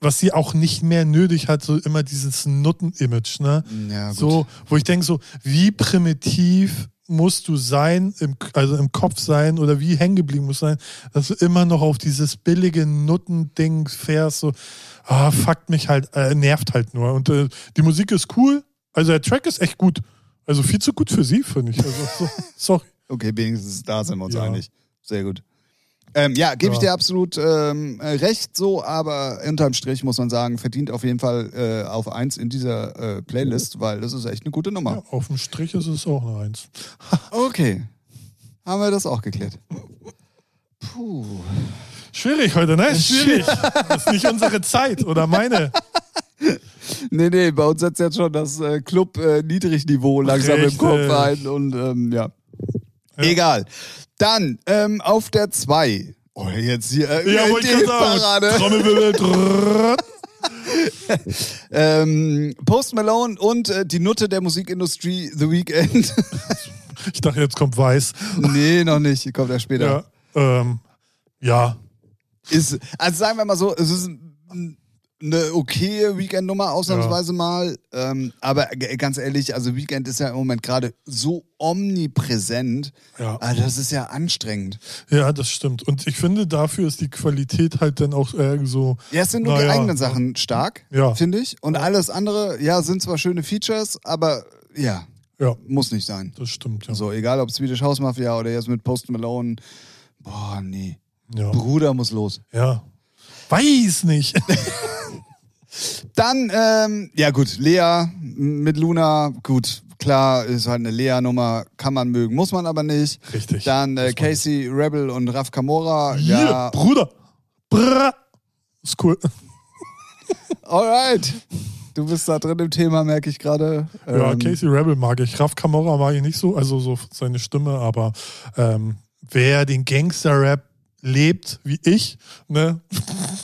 was sie auch nicht mehr nötig hat, so immer dieses Nutten-Image, ne? Ja, gut. So, wo ich denke so, wie primitiv musst du sein, im, also im Kopf sein oder wie hängen geblieben musst du sein, dass du immer noch auf dieses billige Nuttending fährst, so, ah, fuckt mich halt, äh, nervt halt nur. Und äh, die Musik ist cool, also der Track ist echt gut. Also viel zu gut für sie, finde ich. Also, so, sorry. Okay, wenigstens da sind wir uns Ja. einig. Sehr gut. Ähm, ja, gebe ich Ja. dir absolut ähm, äh, recht so, aber unterm Strich muss man sagen, verdient auf jeden Fall äh, auf eins in dieser äh, Mhm. Playlist, weil das ist echt eine gute Nummer. Ja, auf dem Strich ist es auch eine Eins. Okay. Haben wir das auch geklärt. Puh. Schwierig heute, ne? Schwierig. Das ist nicht unsere Zeit oder meine. Nee, nee, bei uns setzt jetzt schon das äh, Club äh, Niedrigniveau langsam im Richtig. Kopf ein und ähm, ja. Egal. Dann ähm, auf der 2. Oh, jetzt hier äh, Ja, wollte ich gerade sagen. Ideenparade. Trommelwirbel. drrrr. Ähm, Post Malone und äh, die Nutte der Musikindustrie The Weeknd. Ich dachte, jetzt kommt Weiß. nee, noch nicht, kommt erst später. Ja. Ähm, ja. Ist, also sagen wir mal so, es ist ein- eine okaye Weekend-Nummer, ausnahmsweise mal. Ähm, aber g- ganz ehrlich, also Weekend ist ja im Moment gerade so omnipräsent. Ja. Ah, das ist ja anstrengend. ja, das stimmt. Und ich finde, dafür ist die Qualität halt dann auch eher so. Ja, es sind nur die Naja, eigenen Sachen stark, Ja. finde ich. Und alles andere, ja, sind zwar schöne Features, aber ja, Ja, muss nicht sein. das stimmt. Ja. So, egal ob Swedish House Mafia oder jetzt mit Post Malone. Boah, nee. Ja. Bruder muss los. ja. Weiß nicht. Dann, ähm, ja gut, Lea mit Luna, gut, klar, ist halt eine Lea-Nummer, kann man mögen, muss man aber nicht. Richtig. Dann äh, Muss man Casey, Rebel und Raf Kamora, Hier, ja, Bruder. Brrr. Ist cool. alright. Du bist da drin im Thema, merke ich gerade. Ja, Ähm, Casey Rebel mag ich. Raf Kamora mag ich nicht so, also so seine Stimme, aber ähm, wer den Gangster-Rap lebt, wie ich, ne,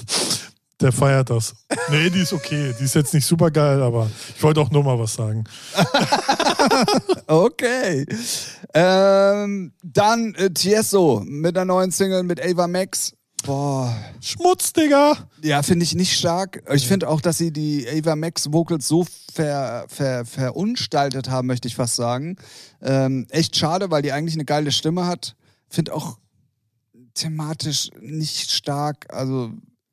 der feiert das. Nee, die ist okay. Die ist jetzt nicht super geil, aber ich wollte auch nur mal was sagen. Okay. Ähm, dann äh, Tiesto mit einer neuen Single mit Ava Max. Boah. Schmutz, Digga! Ja, finde ich nicht stark. Ich finde auch, dass sie die Ava Max Vocals so ver, ver, verunstaltet haben, möchte ich fast sagen. Ähm, echt schade, weil die eigentlich eine geile Stimme hat. Finde auch thematisch nicht stark. Also,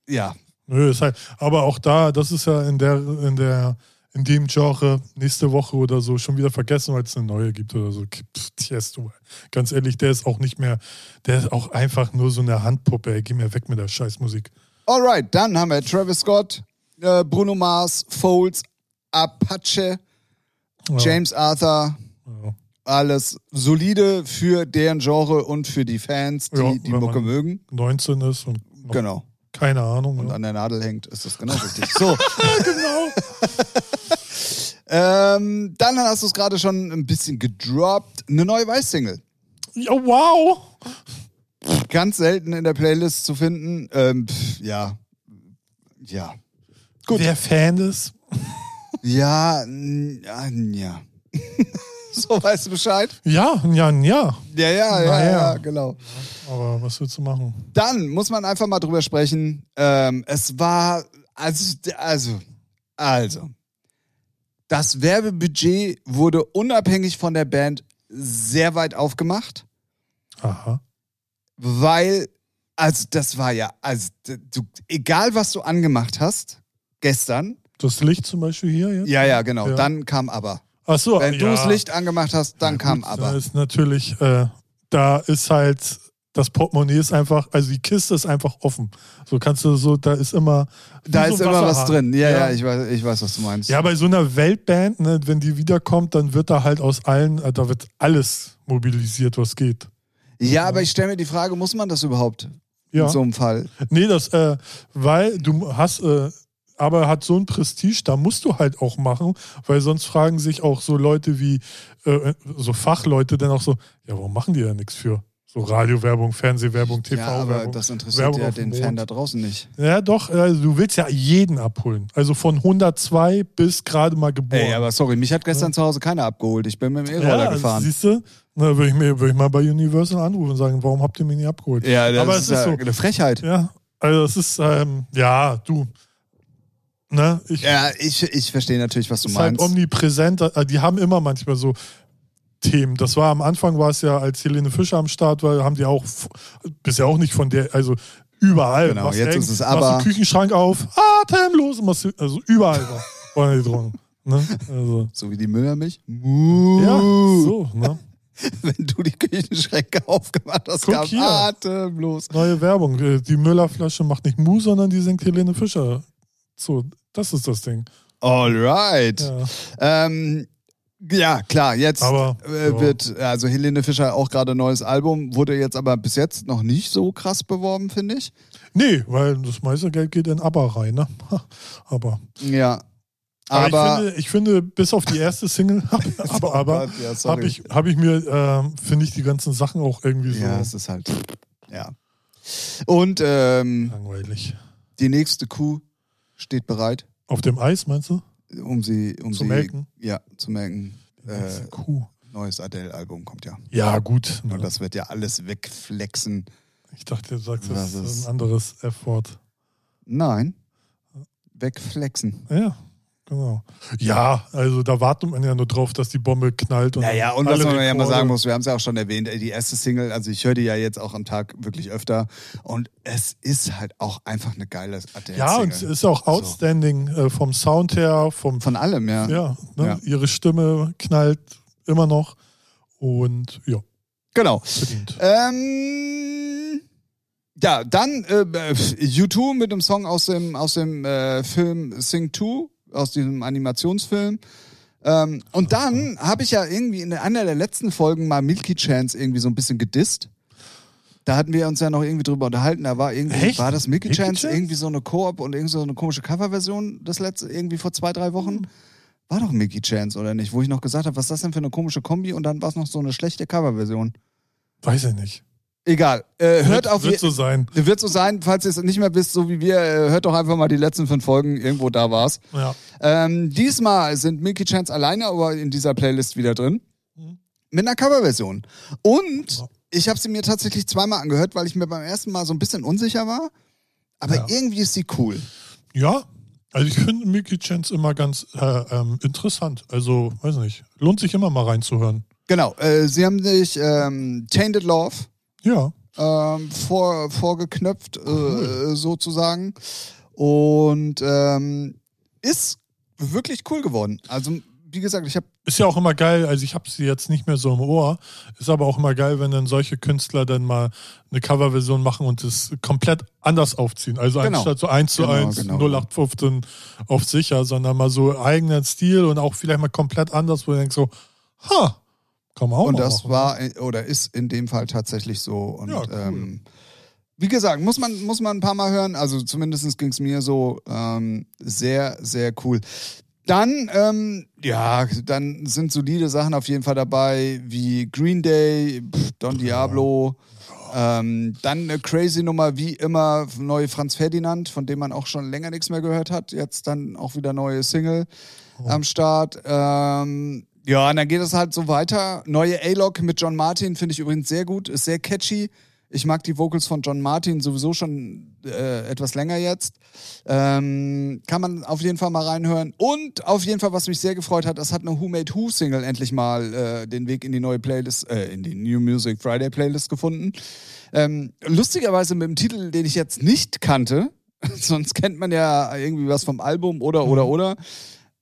ja. Nö, ist halt, aber auch da, das ist ja in der, in der, in dem Genre nächste Woche oder so schon wieder vergessen, weil es eine neue gibt oder so. Pff, Tiesto, ganz ehrlich, der ist auch nicht mehr, der ist auch einfach nur so eine Handpuppe, ey, geh mir weg mit der Scheißmusik. Alright, dann haben wir Travis Scott, äh, Bruno Mars, Folds, Apache, Ja, James Arthur. Ja. alles solide für deren Genre und für die Fans, die Ja, die wenn Mucke man- mögen. 19 ist und noch Genau. keine Ahnung. Und ja. an der Nadel hängt, ist das genau richtig. So, genau. ähm, dann hast du es gerade schon ein bisschen gedroppt. Eine neue Weiß-Single. Ja, wow! Ganz selten in der Playlist zu finden. Ähm, pff, ja. Ja. Gut. Wer Fan ist, Ja, n- ja, n- ja. so weißt du Bescheid? ja, ja, ja. Ja, ja, ja, Na ja, ja. genau. Aber was willst du machen? Dann muss man einfach mal drüber sprechen. Ähm, es war, also, also, also, das Werbebudget wurde unabhängig von der Band sehr weit aufgemacht, Aha. weil, also, das war ja, also, d- du, egal was du angemacht hast, gestern, Das Licht zum Beispiel hier jetzt? ja, ja, genau, Ja. dann kam aber. Ach so, Wenn ja. du das Licht angemacht hast, dann Ja, kam gut, Da aber. ist natürlich, äh, da ist halt, das Portemonnaie ist einfach, also die Kiste ist einfach offen. So kannst du so, da ist immer. wie Da so ist ein immer was Wasserhahn. drin. Ja, ja, Ja. ich, weiß, ich weiß, was du meinst. Ja, bei so einer Weltband, ne, wenn die wiederkommt, dann wird da halt aus allen, äh, da wird alles mobilisiert, was geht. ja aber ich stelle mir die Frage, muss man das überhaupt Ja. in so einem Fall? Nee, das, äh, weil du hast, äh, aber hat so ein Prestige, da musst du halt auch machen, weil sonst fragen sich auch so Leute wie, äh, so Fachleute dann auch so, ja, warum machen die da nichts für? So Radiowerbung, Fernsehwerbung, Ja, aber TV-Werbung. das interessiert Werbung ja auf dem den Fan Mond. da draußen nicht. Ja, doch, also du willst ja jeden abholen. Also von 102 bis gerade mal geboren. Ey, aber sorry, mich hat gestern zu Hause keiner abgeholt. Ich bin mit dem E-Roller ja, gefahren. siehst du, na, würde ich, mir- würd ich mal bei Universal anrufen und sagen, warum habt ihr mich nicht abgeholt? Ja, das aber ist, es ist ja so, eine Frechheit. Ja, also es ist, ähm, ja, du. Ne, ich Ja, ich, ich verstehe natürlich, was du ist halt meinst. omnipräsent. Äh, Die haben immer manchmal so Themen. Das war am Anfang, war es ja, als Helene Fischer am Start war, haben die auch, f- bisher auch nicht von der, also überall. Genau, Machst jetzt irgend- ist es aber- Machst den Küchenschrank auf, atemlos, machst, du- also überall war, waren die drin. Ne? Also, So wie die Müllermilch. ja, Muh. so, ne? Wenn du die Küchenschränke aufgemacht hast, Guck kam hier. atemlos. Neue Werbung. Äh, Die Müllerflasche macht nicht Mu, sondern die singt Helene Fischer. So, das ist das Ding. Alright. Ja. Ähm, ja, klar, jetzt Aber, äh, ja. wird, also Helene Fischer auch gerade ein neues Album, wurde jetzt aber bis jetzt noch nicht so krass beworben, finde ich. Nee, weil das meiste Geld geht in ABBA rein, ne? Aber, Ja. aber, ich, finde, ich finde, bis auf die erste Single, aber, aber Oh Gott, ja, sorry. habe ich, hab ich mir, ähm, finde ich, die ganzen Sachen auch irgendwie so Ja, es ist halt. Ja. Und ähm, langweilig. die nächste Kuh steht bereit, Auf dem Eis, meinst du? um sie um Zu sie, melken? Ja, zu melken. Äh, Äh, Kuh. neues Adele-Album kommt ja. Ja, gut. ne. Und das wird ja alles wegflexen. Ich dachte, du sagst, das Das ist- ist ein anderes F-Wort. Nein. Wegflexen. Ja, genau. Ja, also da wartet man ja nur drauf, dass die Bombe knallt. Und Naja, und was alle man ja mal Rekorde- sagen muss, wir haben es ja auch schon erwähnt, ey, die erste Single, also ich höre die ja jetzt auch am Tag wirklich öfter. Und es ist halt auch einfach eine geile Adele-Single. Ja, und es ist auch outstanding äh, vom Sound her, vom Von allem, ja. Ja, ne? Ja. ihre Stimme knallt immer noch und ja, Genau. verdient. Ähm, ja, dann äh, U2 mit dem Song aus dem, aus dem äh, Film Sing 2, aus diesem Animationsfilm. Ähm, und dann habe ich ja irgendwie in einer der letzten Folgen mal Milky Chance irgendwie so ein bisschen gedisst. Da hatten wir uns ja noch irgendwie drüber unterhalten. Da war irgendwie, Echt? war das Mickey Mickey Chance Chance? irgendwie so eine Koop und irgend so eine komische Coverversion das letzte, irgendwie vor zwei, drei Wochen? War doch Mickey Chance, oder nicht? Wo ich noch gesagt habe, was ist das denn für eine komische Kombi? Und dann war es noch so eine schlechte Coverversion. Weiß ich nicht. Egal. Äh, hört wird, auf Wird je- so sein. Wird so sein, falls ihr es nicht mehr wisst, so wie wir, äh, hört doch einfach mal die letzten fünf Folgen, irgendwo da war's. Ja. Ähm, diesmal sind Milky Chance alleine, aber in dieser Playlist wieder drin. Mhm. Mit einer Coverversion. Und Ja. ich habe sie mir tatsächlich zweimal angehört, weil ich mir beim ersten Mal so ein bisschen unsicher war. Aber Ja. irgendwie ist sie cool. Ja, also ich finde Mickey Chance immer ganz äh, ähm, interessant. Also, weiß nicht, lohnt sich immer mal reinzuhören. Genau, äh, sie haben sich ähm, Tainted Love Ja, ähm, vor, vorgeknöpft, äh, äh, sozusagen. Und ähm, ist wirklich cool geworden. Also, wie gesagt, ich habe ist ja auch immer geil. Also ich habe sie jetzt nicht mehr so im Ohr. Ist aber auch immer geil, wenn dann solche Künstler dann mal eine Coverversion machen und es komplett anders aufziehen. Also Genau. anstatt so 1 zu Genau, 1, genau. 0815 auf sicher, sondern mal so eigenen Stil und auch vielleicht mal komplett anders, wo du denkst so, ha, kann man auch Und mal das machen. ne? war äh, oder ist in dem Fall tatsächlich so. Und Ja, cool. ähm, wie gesagt, muss man, muss man ein paar Mal hören. Also zumindest ging es mir so ähm, sehr, sehr cool. Dann, ähm, ja, dann sind solide Sachen auf jeden Fall dabei, wie Green Day, pff, Don Diablo, ähm, dann eine crazy Nummer, wie immer, neue Franz Ferdinand, von dem man auch schon länger nichts mehr gehört hat. Jetzt dann auch wieder neue Single Oh. am Start. Ähm, ja, und dann geht es halt so weiter. Neue A-Log mit John Martin finde ich übrigens sehr gut, ist sehr catchy. Ich mag die Vocals von John Martin sowieso schon äh, etwas länger jetzt. Ähm, kann man auf jeden Fall mal reinhören. Und auf jeden Fall, was mich sehr gefreut hat, es hat eine Who Made Who Single endlich mal äh, den Weg in die neue Playlist, äh, in die New Music Friday Playlist gefunden. Ähm, lustigerweise mit dem Titel, den ich jetzt nicht kannte. Sonst kennt man ja irgendwie was vom Album oder, oder, oder.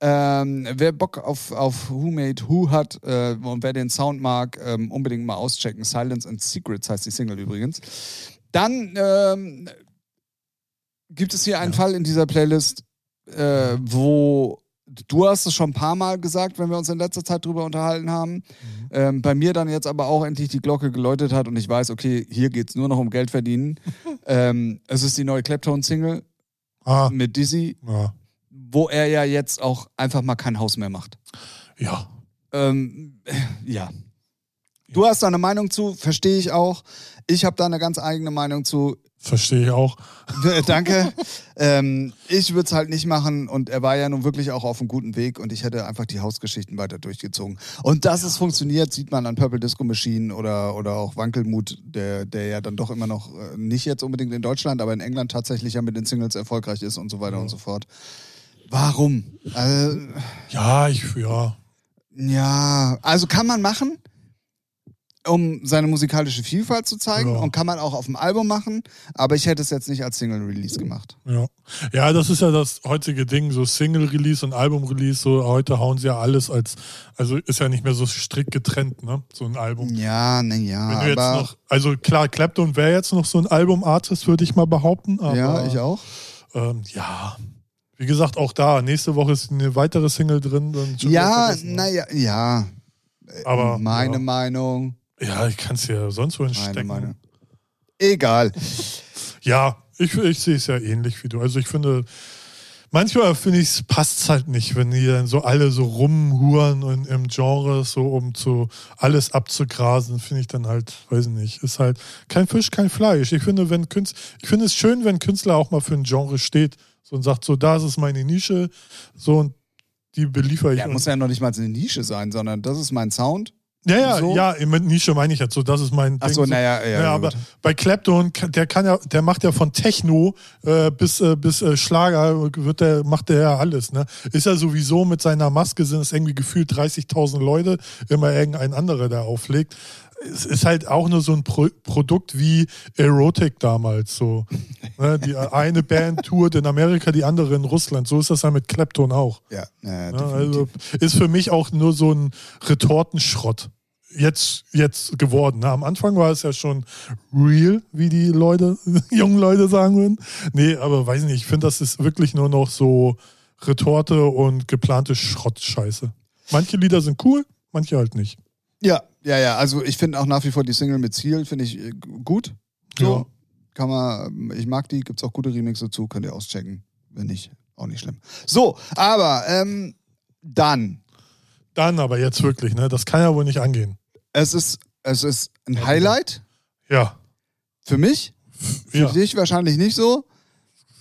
Ähm, wer Bock auf, auf Who Made Who hat äh, und wer den Sound mag, ähm, unbedingt mal auschecken. Silence and Secrets heißt die Single übrigens. Dann ähm, gibt es hier einen Fall in dieser Playlist, äh, wo du hast es schon ein paar Mal gesagt, wenn wir uns in letzter Zeit drüber unterhalten haben. Ähm, bei mir dann jetzt aber auch endlich die Glocke geläutet hat und ich weiß, okay, hier geht es nur noch um Geld verdienen. ähm, es ist die neue Clapton-Single Ah, mit Dizzy, ja. wo er ja jetzt auch einfach mal kein Haus mehr macht. ja. Ähm, ja. Du hast da eine Meinung zu, verstehe ich auch. Ich habe da eine ganz eigene Meinung zu. Verstehe ich auch. Äh, Danke. ähm, ich würde es halt nicht machen und er war ja nun wirklich auch auf einem guten Weg und ich hätte einfach die Hausgeschichten weiter durchgezogen. Und dass es funktioniert, sieht man an Purple Disco Machine oder, oder auch Wankelmut, der, der ja dann doch immer noch, äh, nicht jetzt unbedingt in Deutschland, aber in England tatsächlich ja mit den Singles erfolgreich ist und so weiter und so fort. Warum? Also, Ja, ich, ja. ja, also kann man machen, um seine musikalische Vielfalt zu zeigen Ja. und kann man auch auf dem Album machen, aber ich hätte es jetzt nicht als Single-Release gemacht. Ja. ja, das ist ja das heutige Ding, so Single-Release und Album-Release, so heute hauen sie ja alles als, also ist ja nicht mehr so strikt getrennt, ne? So ein Album. Ja, na ja, Wenn du jetzt aber noch, also klar, Clapton wäre jetzt noch so ein Album-Artist, würde ich mal behaupten, aber ja, ich auch. Ähm, ja. Wie gesagt, auch da, nächste Woche ist eine weitere Single drin. Dann schon wieder Ja, vergessen, ne? naja, ja. aber meine ja. Meinung, ja, ich kann es ja sonst wohin meine stecken. Meinung. Egal. Ja, ich, ich sehe es ja ähnlich wie du. Also ich finde, manchmal finde ich, es passt halt nicht, wenn die dann so alle so rumhuren und im Genre so, um zu alles abzugrasen, finde ich dann halt, weiß nicht, ist halt kein Fisch, kein Fleisch. Ich finde, wenn Künstler, ich finde es schön, wenn Künstler auch mal für ein Genre steht so und sagt, so, das ist meine Nische, so und die beliefer ich. Ja, und- muss ja noch nicht mal eine Nische sein, sondern das ist mein Sound. ja, ja, so. ja, mit Nische meine ich jetzt so, das ist mein Ding. Achso, so. naja, ja, Ja, aber gut. bei Clapton, der kann ja, der macht ja von Techno äh, bis, äh, bis äh, Schlager wird der, macht der ja alles, ne? Ist ja sowieso mit seiner Maske sind es irgendwie gefühlt 30.000 Leute, immer irgendein anderer, der auflegt. Es ist halt auch nur so ein Pro Produkt wie Erotic damals so. Ne? Die eine Band tourt in Amerika, die andere in Russland. So ist das ja mit Clapton auch. ja, Ja, ja, definitiv. also ist für mich auch nur so ein Retortenschrott jetzt, jetzt geworden. Ne? Am Anfang war es ja schon real, wie die Leute, jungen Leute sagen würden. Nee, aber weiß nicht, ich finde, das ist wirklich nur noch so Retorte und geplante Schrottscheiße. Manche Lieder sind cool, manche halt nicht. Ja, ja, ja. Also ich finde auch nach wie vor die Single mit Ziel finde ich äh, g- gut. So. Ja. Kann man, ich mag die, gibt's auch gute Remixe zu, könnt ihr auschecken. Wenn nicht, auch nicht schlimm. So, aber ähm, dann. Dann aber jetzt wirklich, ne? Das kann ja wohl nicht angehen. Es ist, es ist ein Highlight. Ja. Für mich. Für ja. dich wahrscheinlich nicht so.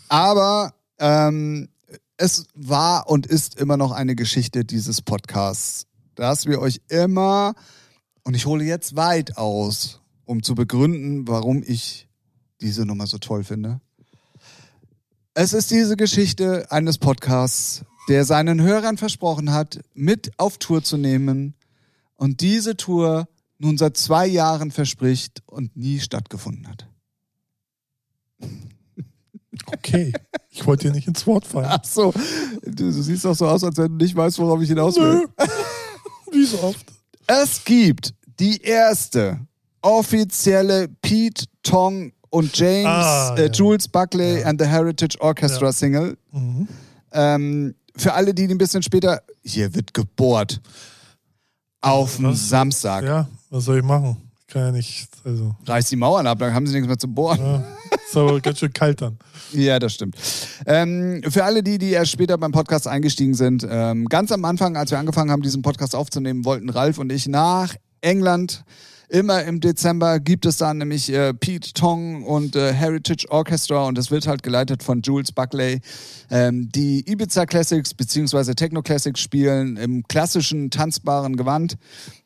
Aber ähm, es war und ist immer noch eine Geschichte dieses Podcasts, dass wir euch immer, und ich hole jetzt weit aus, um zu begründen, warum ich diese Nummer so toll finde. Es ist diese Geschichte eines Podcasts, der seinen Hörern versprochen hat, mit auf Tour zu nehmen und diese Tour nun seit zwei Jahren verspricht und nie stattgefunden hat. Okay. Ich wollte dir nicht ins Wort fallen. Ach so, du, du siehst doch so aus, als wenn du nicht weißt, worauf ich hinaus Nö. will. Wie so oft. Es gibt die erste offizielle Pete Tong und James Ah, äh, ja. Jules Buckley Ja. and the Heritage Orchestra Ja. Single. Mhm. Ähm, für alle, die die ein bisschen später. Hier wird gebohrt. Auf dem Was? Samstag. Ja, was soll ich machen? Kann ja nicht. Also, Reißt die Mauern ab, dann haben sie nichts mehr zu bohren. ja. Ist aber ganz schön kalt dann. Ja, das stimmt. Ähm, für alle die, die erst später beim Podcast eingestiegen sind, ähm, ganz am Anfang, als wir angefangen haben, diesen Podcast aufzunehmen, wollten Ralf und ich nach England. Immer im Dezember gibt es da nämlich äh, Pete Tong und äh, Heritage Orchestra und das wird halt geleitet von Jules Buckley, ähm, die Ibiza Classics bzw. Techno Classics spielen im klassischen tanzbaren Gewand.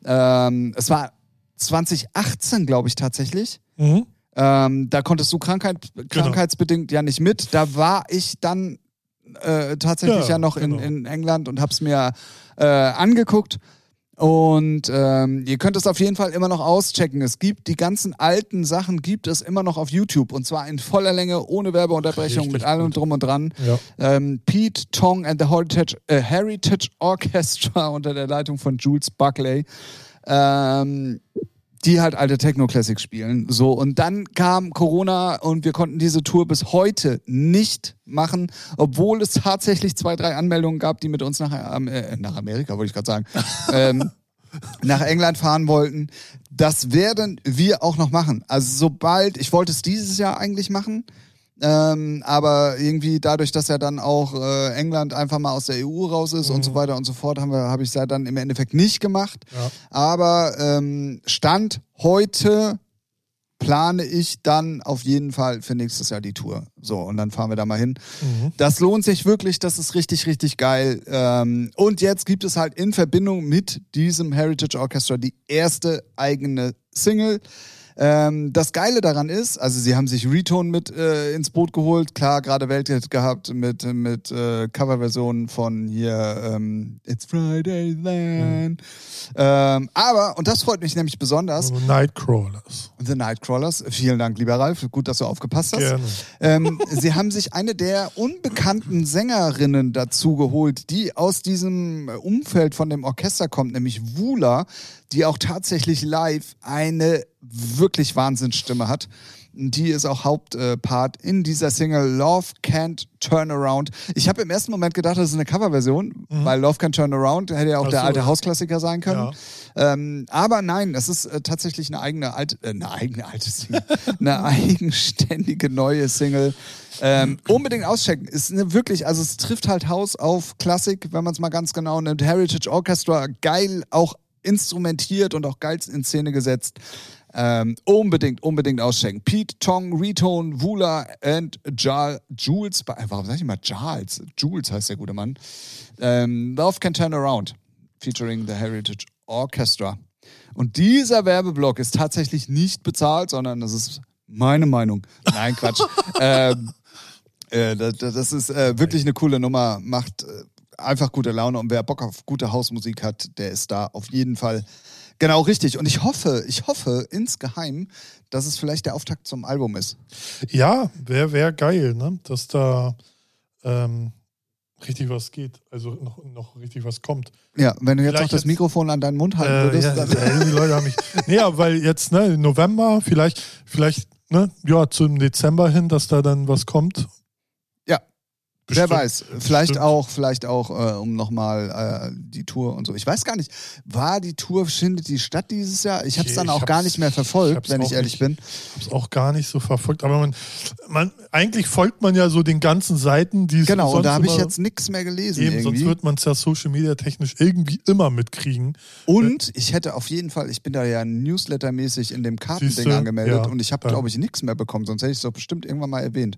Ähm, es war 2018, glaube ich, tatsächlich. Mhm. Ähm, da konntest du Krankheit, Genau. krankheitsbedingt ja nicht mit. Da war ich dann äh, tatsächlich ja, Ja, noch genau. in, in England und hab's mir äh, angeguckt. Und ähm, ihr könnt es auf jeden Fall immer noch auschecken. Es gibt die ganzen alten Sachen, gibt es immer noch auf YouTube und zwar in voller Länge, ohne Werbeunterbrechung, Richtig mit allem gut. drum und dran. Ja. Ähm, Pete Tong and the Heritage, äh, Heritage Orchestra unter der Leitung von Jules Buckley. Ähm, die halt alte Techno-Classics spielen. So, und dann kam Corona und wir konnten diese Tour bis heute nicht machen, obwohl es tatsächlich zwei, drei Anmeldungen gab, die mit uns nach, Am- äh, nach Amerika, wollte ich gerade sagen, ähm, nach England fahren wollten. Das werden wir auch noch machen. Also sobald, ich wollte es dieses Jahr eigentlich machen, ähm, aber irgendwie dadurch, dass ja dann auch äh, England einfach mal aus der EU raus ist und so weiter und so fort, haben wir, habe ich es ja dann im Endeffekt nicht gemacht. Ja. Aber ähm, Stand heute plane ich dann auf jeden Fall für nächstes Jahr die Tour. So, und dann fahren wir da mal hin. Mhm. Das lohnt sich wirklich, das ist richtig, richtig geil. Ähm, und jetzt gibt es halt in Verbindung mit diesem Heritage Orchestra die erste eigene Single. Ähm, das Geile daran ist, also sie haben sich Retone mit äh, ins Boot geholt, klar, gerade Welthit gehabt mit, mit äh, Coverversionen von hier ähm, It's Friday Then. Ähm, aber, und das freut mich nämlich besonders, Also Nightcrawlers. The Nightcrawlers, vielen Dank, lieber Ralf, gut, dass du aufgepasst hast. Gerne. Ähm, sie haben sich eine der unbekannten Sängerinnen dazu geholt, die aus diesem Umfeld von dem Orchester kommt, nämlich Wula, die auch tatsächlich live eine wirklich Wahnsinnsstimme hat. Die ist auch Hauptpart in dieser Single Love Can't Turn Around. Ich habe im ersten Moment gedacht, das ist eine Coverversion, weil Love Can't Turn Around hätte ja auch Mhm. Ach der so. alte Hausklassiker sein können. Ähm, aber nein, das ist äh, tatsächlich eine eigene alte, äh, eine eigene alte Single, eine eigenständige neue Single. Ähm, unbedingt auschecken. Ist eine wirklich, also es trifft halt Haus auf Klassik, wenn man es mal ganz genau nimmt. Heritage Orchestra, geil auch instrumentiert und auch geil in Szene gesetzt. Ähm, unbedingt, unbedingt auschecken. Pete, Tong, Retone, Wula and Jal, Jules, Ba- warum sag ich mal Charles? Jules heißt der gute Mann. Ähm, Love Can Turn Around, featuring the Heritage Orchestra. Und dieser Werbeblock ist tatsächlich nicht bezahlt, sondern das ist meine Meinung. Nein, Quatsch. ähm, äh, das, das ist äh, wirklich eine coole Nummer, macht äh, einfach gute Laune und wer Bock auf gute Hausmusik hat, der ist da auf jeden Fall genau richtig. Und ich hoffe, ich hoffe insgeheim, dass es vielleicht der Auftakt zum Album ist. Ja, wäre wär geil, ne? dass da ähm, richtig was geht. Also noch, noch richtig was kommt. Ja, wenn du jetzt Vielleicht auch das jetzt- Mikrofon an deinen Mund halten Äh, würdest, ja, dann äh, die Leute haben mich. Naja, weil jetzt, ne, im November, vielleicht, vielleicht, ne, ja, zum Dezember hin, dass da dann was kommt. Ja. Bestimmt. Wer weiß, vielleicht Bestimmt. auch, vielleicht auch, äh, um nochmal äh, die Tour und so. Ich weiß gar nicht, war die Tour, findet die statt dieses Jahr? Ich habe es Ich- dann ich auch gar hab's- nicht mehr ich hab's verfolgt, wenn ich auch nicht. ehrlich bin. hab's auch gar nicht so verfolgt, aber man, man eigentlich folgt man ja so den ganzen Seiten, die es Genau, und sonst da habe ich immer- jetzt nichts mehr gelesen eben, sonst irgendwie. wird man es ja Social Media technisch irgendwie immer mitkriegen. Und ich hätte auf jeden Fall, ich bin da ja newslettermäßig in dem Kartending Siehste, angemeldet ja, und ich habe, dann. glaube ich, nichts mehr bekommen, sonst hätte ich es doch bestimmt irgendwann mal erwähnt.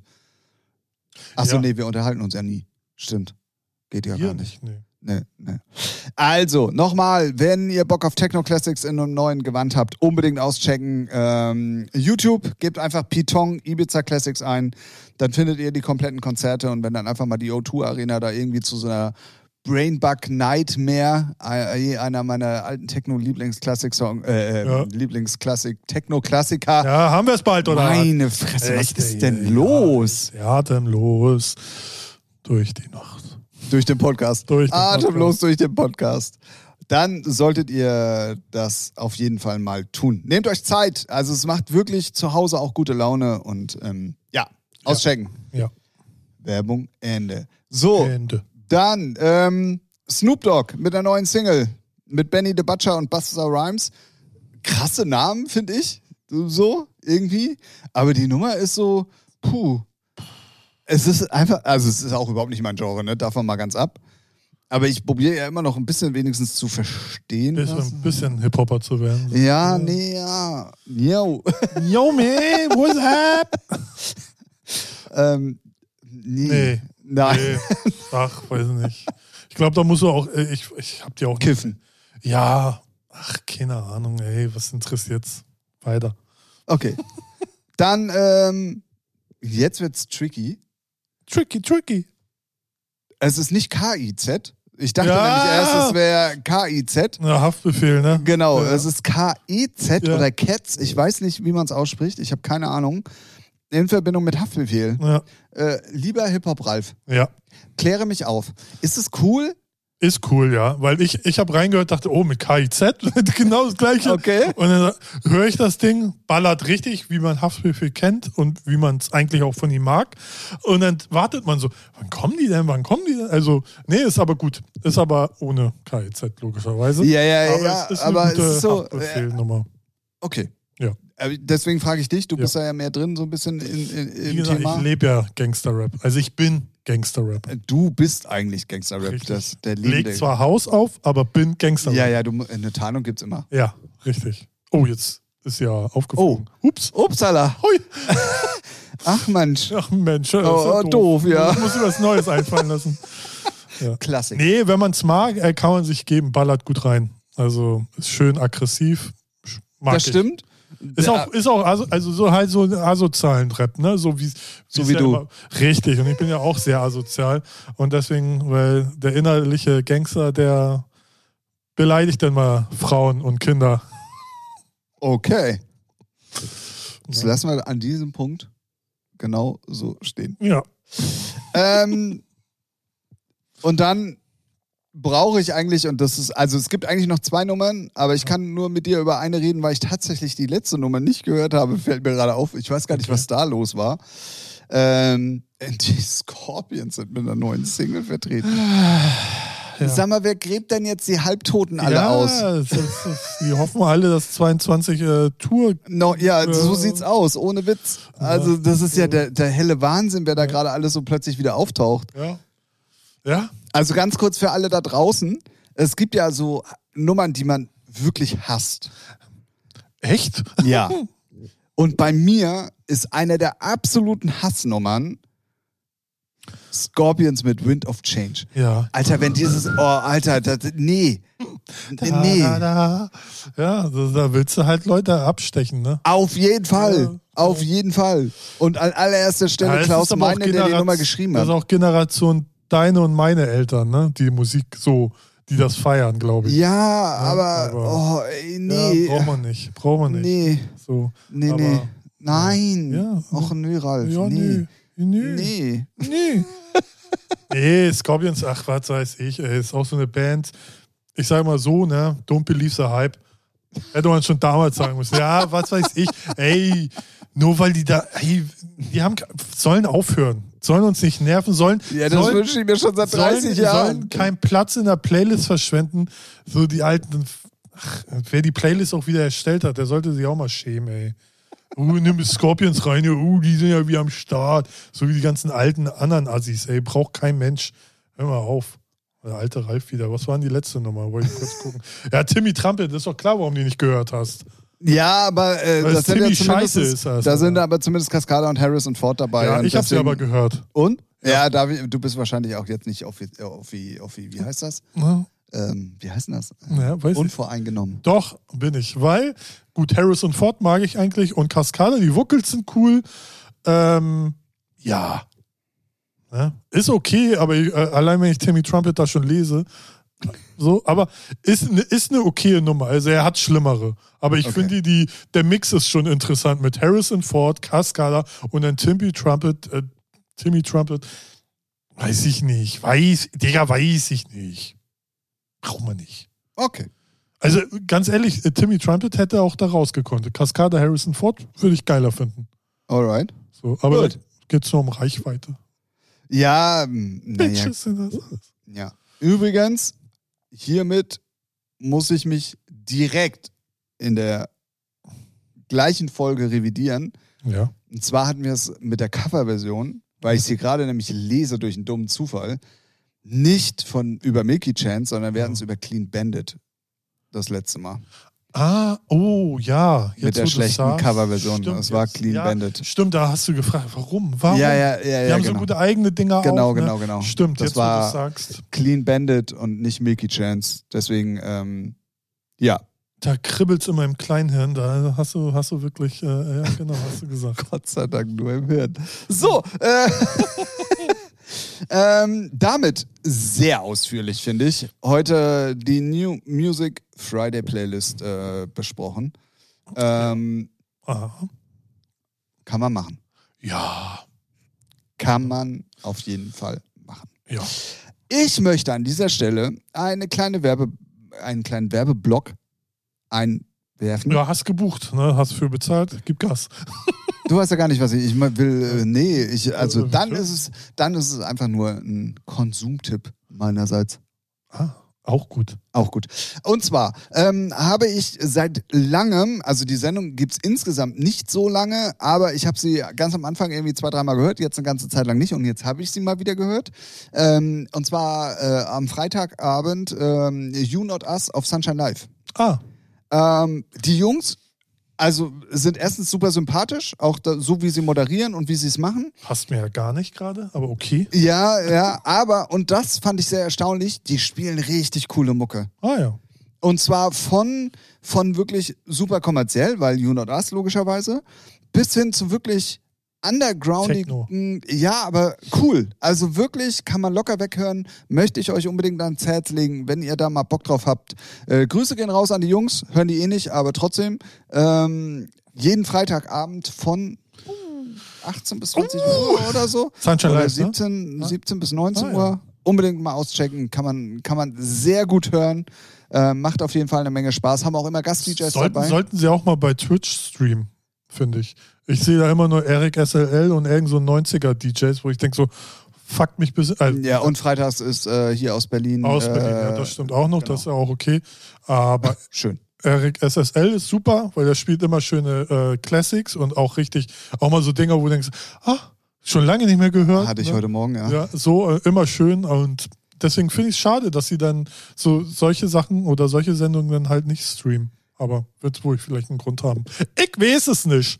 Achso, Ja. nee, wir unterhalten uns ja nie. Stimmt. Geht ja gar nicht. Nee. Nee, nee. Ne, Also, nochmal, wenn ihr Bock auf Techno Classics in einem neuen Gewand habt, unbedingt auschecken. Ähm, YouTube, gebt einfach Pitong Ibiza Classics ein, dann findet ihr die kompletten Konzerte und wenn dann einfach mal die O2 Arena da irgendwie zu so einer Brainbug Nightmare, äh, einer meiner alten Techno-Lieblingsklassik-Song, äh, Ja. Lieblingsklassik, Techno-Klassiker. Ja, haben wir es bald, oder? Meine Fresse, was Echt, ist ey, denn ja, los? Ja, atemlos durch die Nacht. Durch den Podcast. Durch den Atemlos Podcast. durch den Podcast. Dann solltet ihr das auf jeden Fall mal tun. Nehmt euch Zeit. Also es macht wirklich zu Hause auch gute Laune und ähm, ja, auschecken. Ja, Werbung Ende. So, Ende. dann ähm, Snoop Dogg mit einer neuen Single mit Benny the Butcher und Buster Rhymes. Krasse Namen, finde ich. So, irgendwie. Aber die Nummer ist so, puh. Es ist einfach, also es ist auch überhaupt nicht mein Genre, ne? Davon mal ganz ab. Aber ich probiere ja immer noch ein bisschen wenigstens zu verstehen. Ist was- ein bisschen Hip-Hopper zu werden. Oh, Ja, nee, ja. Yo. Yo, man, what's up? ähm, nee. Nee. Nein. Nee. Ach, weiß nicht. Ich glaube, da musst du auch, äh, ich, ich hab dir auch Kiffen. Ja, ach, keine Ahnung, ey, was interessiert's? Weiter. Okay. Dann, ähm, jetzt wird's tricky. Tricky, tricky. Es ist nicht KIZ. Ich dachte Ja. nämlich erst, es wäre KIZ. Na, Haftbefehl, ne? Genau, Ja. es ist KEZ Ja. oder Cats. Ich weiß nicht, wie man es ausspricht. Ich habe keine Ahnung. In Verbindung mit Haftbefehl. Ja. Äh, lieber Hip-Hop Ralf, ja. kläre mich auf. Ist es cool? Ist cool, ja. Weil ich, ich habe reingehört, dachte, oh, mit KIZ, genau das gleiche. Okay. Und dann höre ich das Ding, ballert richtig, wie man Haftbefehl kennt und wie man es eigentlich auch von ihm mag. Und dann wartet man so, wann kommen die denn, wann kommen die denn? Also, nee, ist aber gut. Ist aber ohne KIZ, logischerweise. Ja, ja, ja. aber ja, es ist eine aber es gute ist so. Äh, Haftbefehl-Nummer. okay. Ja. Äh, Deswegen frage ich dich, du Ja. bist da ja mehr drin, so ein bisschen in, in, Wie im gesagt, ich Thema. lebe ja Gangster-Rap. Also ich bin Gangster-Rap. Äh, Du bist eigentlich Gangster-Rap, Richtig. das der Leg lebende. zwar Haus auf, aber bin Gangster-Rap. Ja, ja, du, mu- eine Tarnung gibt's immer. Ja, richtig. Oh, jetzt ist ja aufgeflogen. Oh. Ups. Upsala. Hui. Ach Mensch. Ach Mensch, das Oh, ist oh, doof, ja. Ich muss mir was Neues einfallen lassen. Klassik. Nee, wenn man es mag, äh, kann man sich geben, ballert gut rein. Also ist schön aggressiv. Sch- Mag das ich. stimmt. Ist auch, ist auch aso, also so halt so ein asozialen Rap, ne? So wie So wie's wie ja du. Immer, richtig, und ich bin ja auch sehr asozial. Und deswegen, weil der innerliche Gangster, der beleidigt dann mal Frauen und Kinder. Okay. Das lassen wir an diesem Punkt genau so stehen. Ja. ähm, und dann brauche ich eigentlich, und das ist, also es gibt eigentlich noch zwei Nummern, aber ich kann nur mit dir über eine reden, weil ich tatsächlich die letzte Nummer nicht gehört habe, fällt mir gerade auf. Ich weiß gar nicht, Okay. was da los war. Ähm, die Scorpions sind mit einer neuen Single vertreten. Ja. Sag mal, wer gräbt denn jetzt die Halbtoten alle aus? es ist- es- die hoffen alle, dass 22 äh, Tour. No, ja, Äh, so sieht's aus, ohne Witz. Also, das ist ja der, der helle Wahnsinn, wer da gerade alles so plötzlich wieder auftaucht. Ja. Ja. Also ganz kurz für alle da draußen, es gibt ja so Nummern, die man wirklich hasst. Echt? Ja. Und bei mir ist eine der absoluten Hassnummern Scorpions mit Wind of Change. Ja. Alter, wenn dieses oh Alter, das, nee. Da, Nee. da, da. Ja, da, da willst du halt Leute abstechen, ne? Auf jeden Fall, Ja. auf jeden Fall. Und an allererster Stelle es Klaus ist aber auch Meine, der die Generat- Nummer geschrieben Das ist hat. auch Generation deine und meine Eltern, ne? Die Musik so, die das feiern, glaube ich. Ja, aber, aber- oh, ey, nee. braucht man nicht. Braucht man nicht. nee, So. nee, aber, nee. Nein. Ja. Och, nö, Ralf. Ja, nee. nee. Nee. Nee. Nee. Nee. nee, Scorpions, ach, was weiß ich, ey, ist auch so eine Band. Ich sage mal so, ne? Don't believe the hype. Hätte man schon damals sagen müssen. Ja, was weiß ich. Ey, nur weil die da, ey, die haben, sollen aufhören. sollen uns nicht nerven, sollen, Ja, das sollen, wünsche ich mir schon seit 30 sollen, Jahren. sollen keinen Platz in der Playlist verschwenden. So die alten. Ach, wer die Playlist auch wieder erstellt hat, der sollte sich auch mal schämen, ey. Uh, nimm Scorpions rein, ja, uh, die sind ja wie am Start. So wie die ganzen alten anderen Assis, ey. Braucht kein Mensch. Hör mal auf. Der alte Ralf wieder. Was war denn die letzte Nummer? Wollte ich kurz gucken. Ja, Timmy Trampel, das ist doch klar, warum du die nicht gehört hast. Ja, aber äh, Weil das es sind ja ziemlich zumindest, scheiße ist das, da sind oder? aber zumindest Cascada und Harris und Ford dabei. Ja, und ich habe sie deswegen- aber gehört. Und? Ja, David, du bist wahrscheinlich auch jetzt nicht auf, auf, wie, auf wie, wie heißt das? Ja, Ähm, wie heißt denn das? Ne? ja, weiß ich. Unvoreingenommen. Doch, bin ich. Weil, gut, Harris und Ford mag ich eigentlich und Cascade, die Wuckels sind cool. Ähm, ja. Ne? Ist okay, aber ich, äh, allein wenn ich Timmy Trumpet da schon lese, so, aber ist, ne- ist eine okaye Nummer. Also er hat schlimmere. Aber ich Okay. finde, die, der Mix ist schon interessant mit Harrison Ford, Cascada und dann Timmy Trumpet, äh, Timmy Trumpet. Weiß ich nicht. Weiß, Digga, weiß ich nicht. Braucht man nicht. Okay. Also ganz ehrlich, äh, Timmy Trumpet hätte auch da rausgekonnt. Cascada Harrison Ford würde ich geiler finden. Alright. So, aber Gut. da geht's nur um Reichweite. Ja, ähm, naja. Bitches sind das alles. Ja. Übrigens, hiermit muss ich mich direkt in der gleichen Folge revidieren. Ja. Und zwar hatten wir es mit der Coverversion, weil ich sie gerade nämlich lese durch einen dummen Zufall, nicht von über Milky Chance, sondern wir hatten es über Clean Bandit das letzte Mal. Ah, oh ja. Jetzt, mit wo der du's schlechten sagst. Coverversion. Stimmt, Das war jetzt. Clean ja, Bandit. Stimmt, da hast du gefragt, warum? Warum? Ja, ja, ja, Die ja. haben genau. so gute eigene Dinger genau, auch. genau, ne? genau. Stimmt, das jetzt wo du war sagst. Clean Bandit und nicht Milky Chance. Deswegen, ähm, ja. Da kribbelt's in meinem Kleinhirn. Da hast du, hast du wirklich, äh, ja, genau, hast du gesagt. Gott sei Dank nur im Hirn. So, äh, ähm, damit sehr ausführlich, finde ich, heute die New Music Friday Playlist äh, besprochen. Ähm, Aha. kann man machen. Ah. Ja, Kann man auf jeden Fall machen. ja. Ich möchte an dieser Stelle eine kleine Werbe, einen kleinen Werbeblock einwerfen. Ja, hast gebucht, ne? Hast für bezahlt, gib Gas. Du weißt ja gar nicht, was ich, ich mein, will. Äh, nee, ich, also Äh, dann ja. ist es, dann ist es einfach nur ein Konsumtipp meinerseits. Ah, auch gut. Auch gut. Und zwar ähm, habe ich seit langem, also die Sendung gibt's insgesamt nicht so lange, aber ich habe sie ganz am Anfang irgendwie zwei, dreimal gehört, jetzt eine ganze Zeit lang nicht und jetzt habe ich sie mal wieder gehört. Ähm, und zwar äh, am Freitagabend ähm, You Not Us auf Sunshine Live. Ah, Ähm, die Jungs, also sind erstens super sympathisch, auch da, so wie sie moderieren und wie sie es machen. passt mir ja gar nicht gerade, aber okay. Ja, ja, aber, und das fand ich sehr erstaunlich, die spielen richtig coole Mucke. Ah ja. Und zwar von, von wirklich super kommerziell, weil You Not Us logischerweise, bis hin zu wirklich undergroundigen, ja, aber cool. Also wirklich kann man locker weghören, möchte ich euch unbedingt ans Herz legen, wenn ihr da mal Bock drauf habt. Äh, Grüße gehen raus an die Jungs, hören die eh nicht, aber trotzdem, ähm, jeden Freitagabend von uh, 18 bis 20 Uhr oder so. Uh. Sunshine Oder Live, ne? 17, 17 bis 19 Ah, ja. Uhr. Unbedingt mal auschecken. Kann man, kann man sehr gut hören. Äh, macht auf jeden Fall eine Menge Spaß. Haben auch immer Gast-DJs Sollten, dabei. sollten sie auch mal bei Twitch streamen, finde ich. Ich sehe da immer nur Eric SLL und irgend so 90er-DJs, wo ich denke so, fuck mich bis. Äh, ja, und freitags ist äh, hier aus Berlin. aus äh, Berlin, ja, das stimmt auch noch, genau. das ist ja auch okay. Aber Schön. Eric SSL ist super, weil der spielt immer schöne äh, Classics und auch richtig, auch mal so Dinger, wo du denkst, ah, schon lange nicht mehr gehört. Hatte ich ne? heute Morgen, ja. Ja, so äh, immer schön und deswegen finde ich es schade, dass sie dann so solche Sachen oder solche Sendungen dann halt nicht streamen. Aber wird wohl vielleicht einen Grund haben. Ich weiß es nicht.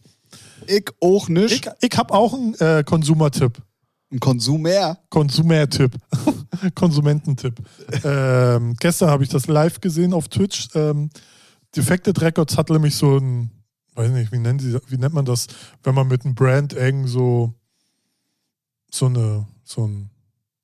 Ich auch Ich, nicht. ich habe auch einen äh, Konsumertipp. Ein Konsumer. Konsumertipp. Konsumententipp. Ähm, gestern habe ich das live gesehen auf Twitch. Ähm, Defected Records hat nämlich so ein, weiß nicht, wie, nennen sie, wie nennt man das, wenn man mit einem Brand eng so, so, eine, so, ein,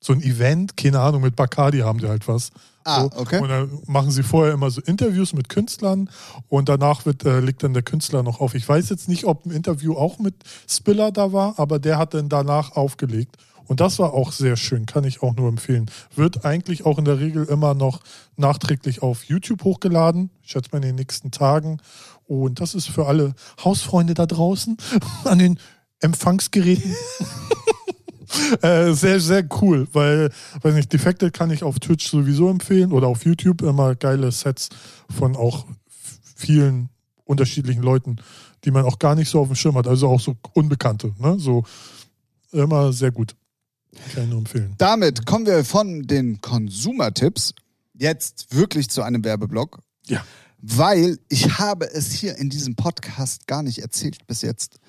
so ein Event, keine Ahnung, mit Bacardi haben die halt was. Ah, so. okay. Und dann machen sie vorher immer so Interviews mit Künstlern und danach wird, äh, legt dann der Künstler noch auf. Ich weiß jetzt nicht, ob ein Interview auch mit Spiller da war, aber der hat dann danach aufgelegt. Und das war auch sehr schön, kann ich auch nur empfehlen. Wird eigentlich auch in der Regel immer noch nachträglich auf YouTube hochgeladen, ich schätze mal in den nächsten Tagen. Und das ist für alle Hausfreunde da draußen an den Empfangsgeräten. äh, sehr, sehr cool, weil, weiß nicht, Defected kann ich auf Twitch sowieso empfehlen oder auf YouTube immer geile Sets von auch vielen unterschiedlichen Leuten, die man auch gar nicht so auf dem Schirm hat, also auch so Unbekannte, ne? So immer sehr gut. Kann ich nur empfehlen. Damit kommen wir von den Konsumertipps jetzt wirklich zu einem Werbeblock. Ja. Weil ich habe es hier in diesem Podcast gar nicht erzählt bis jetzt.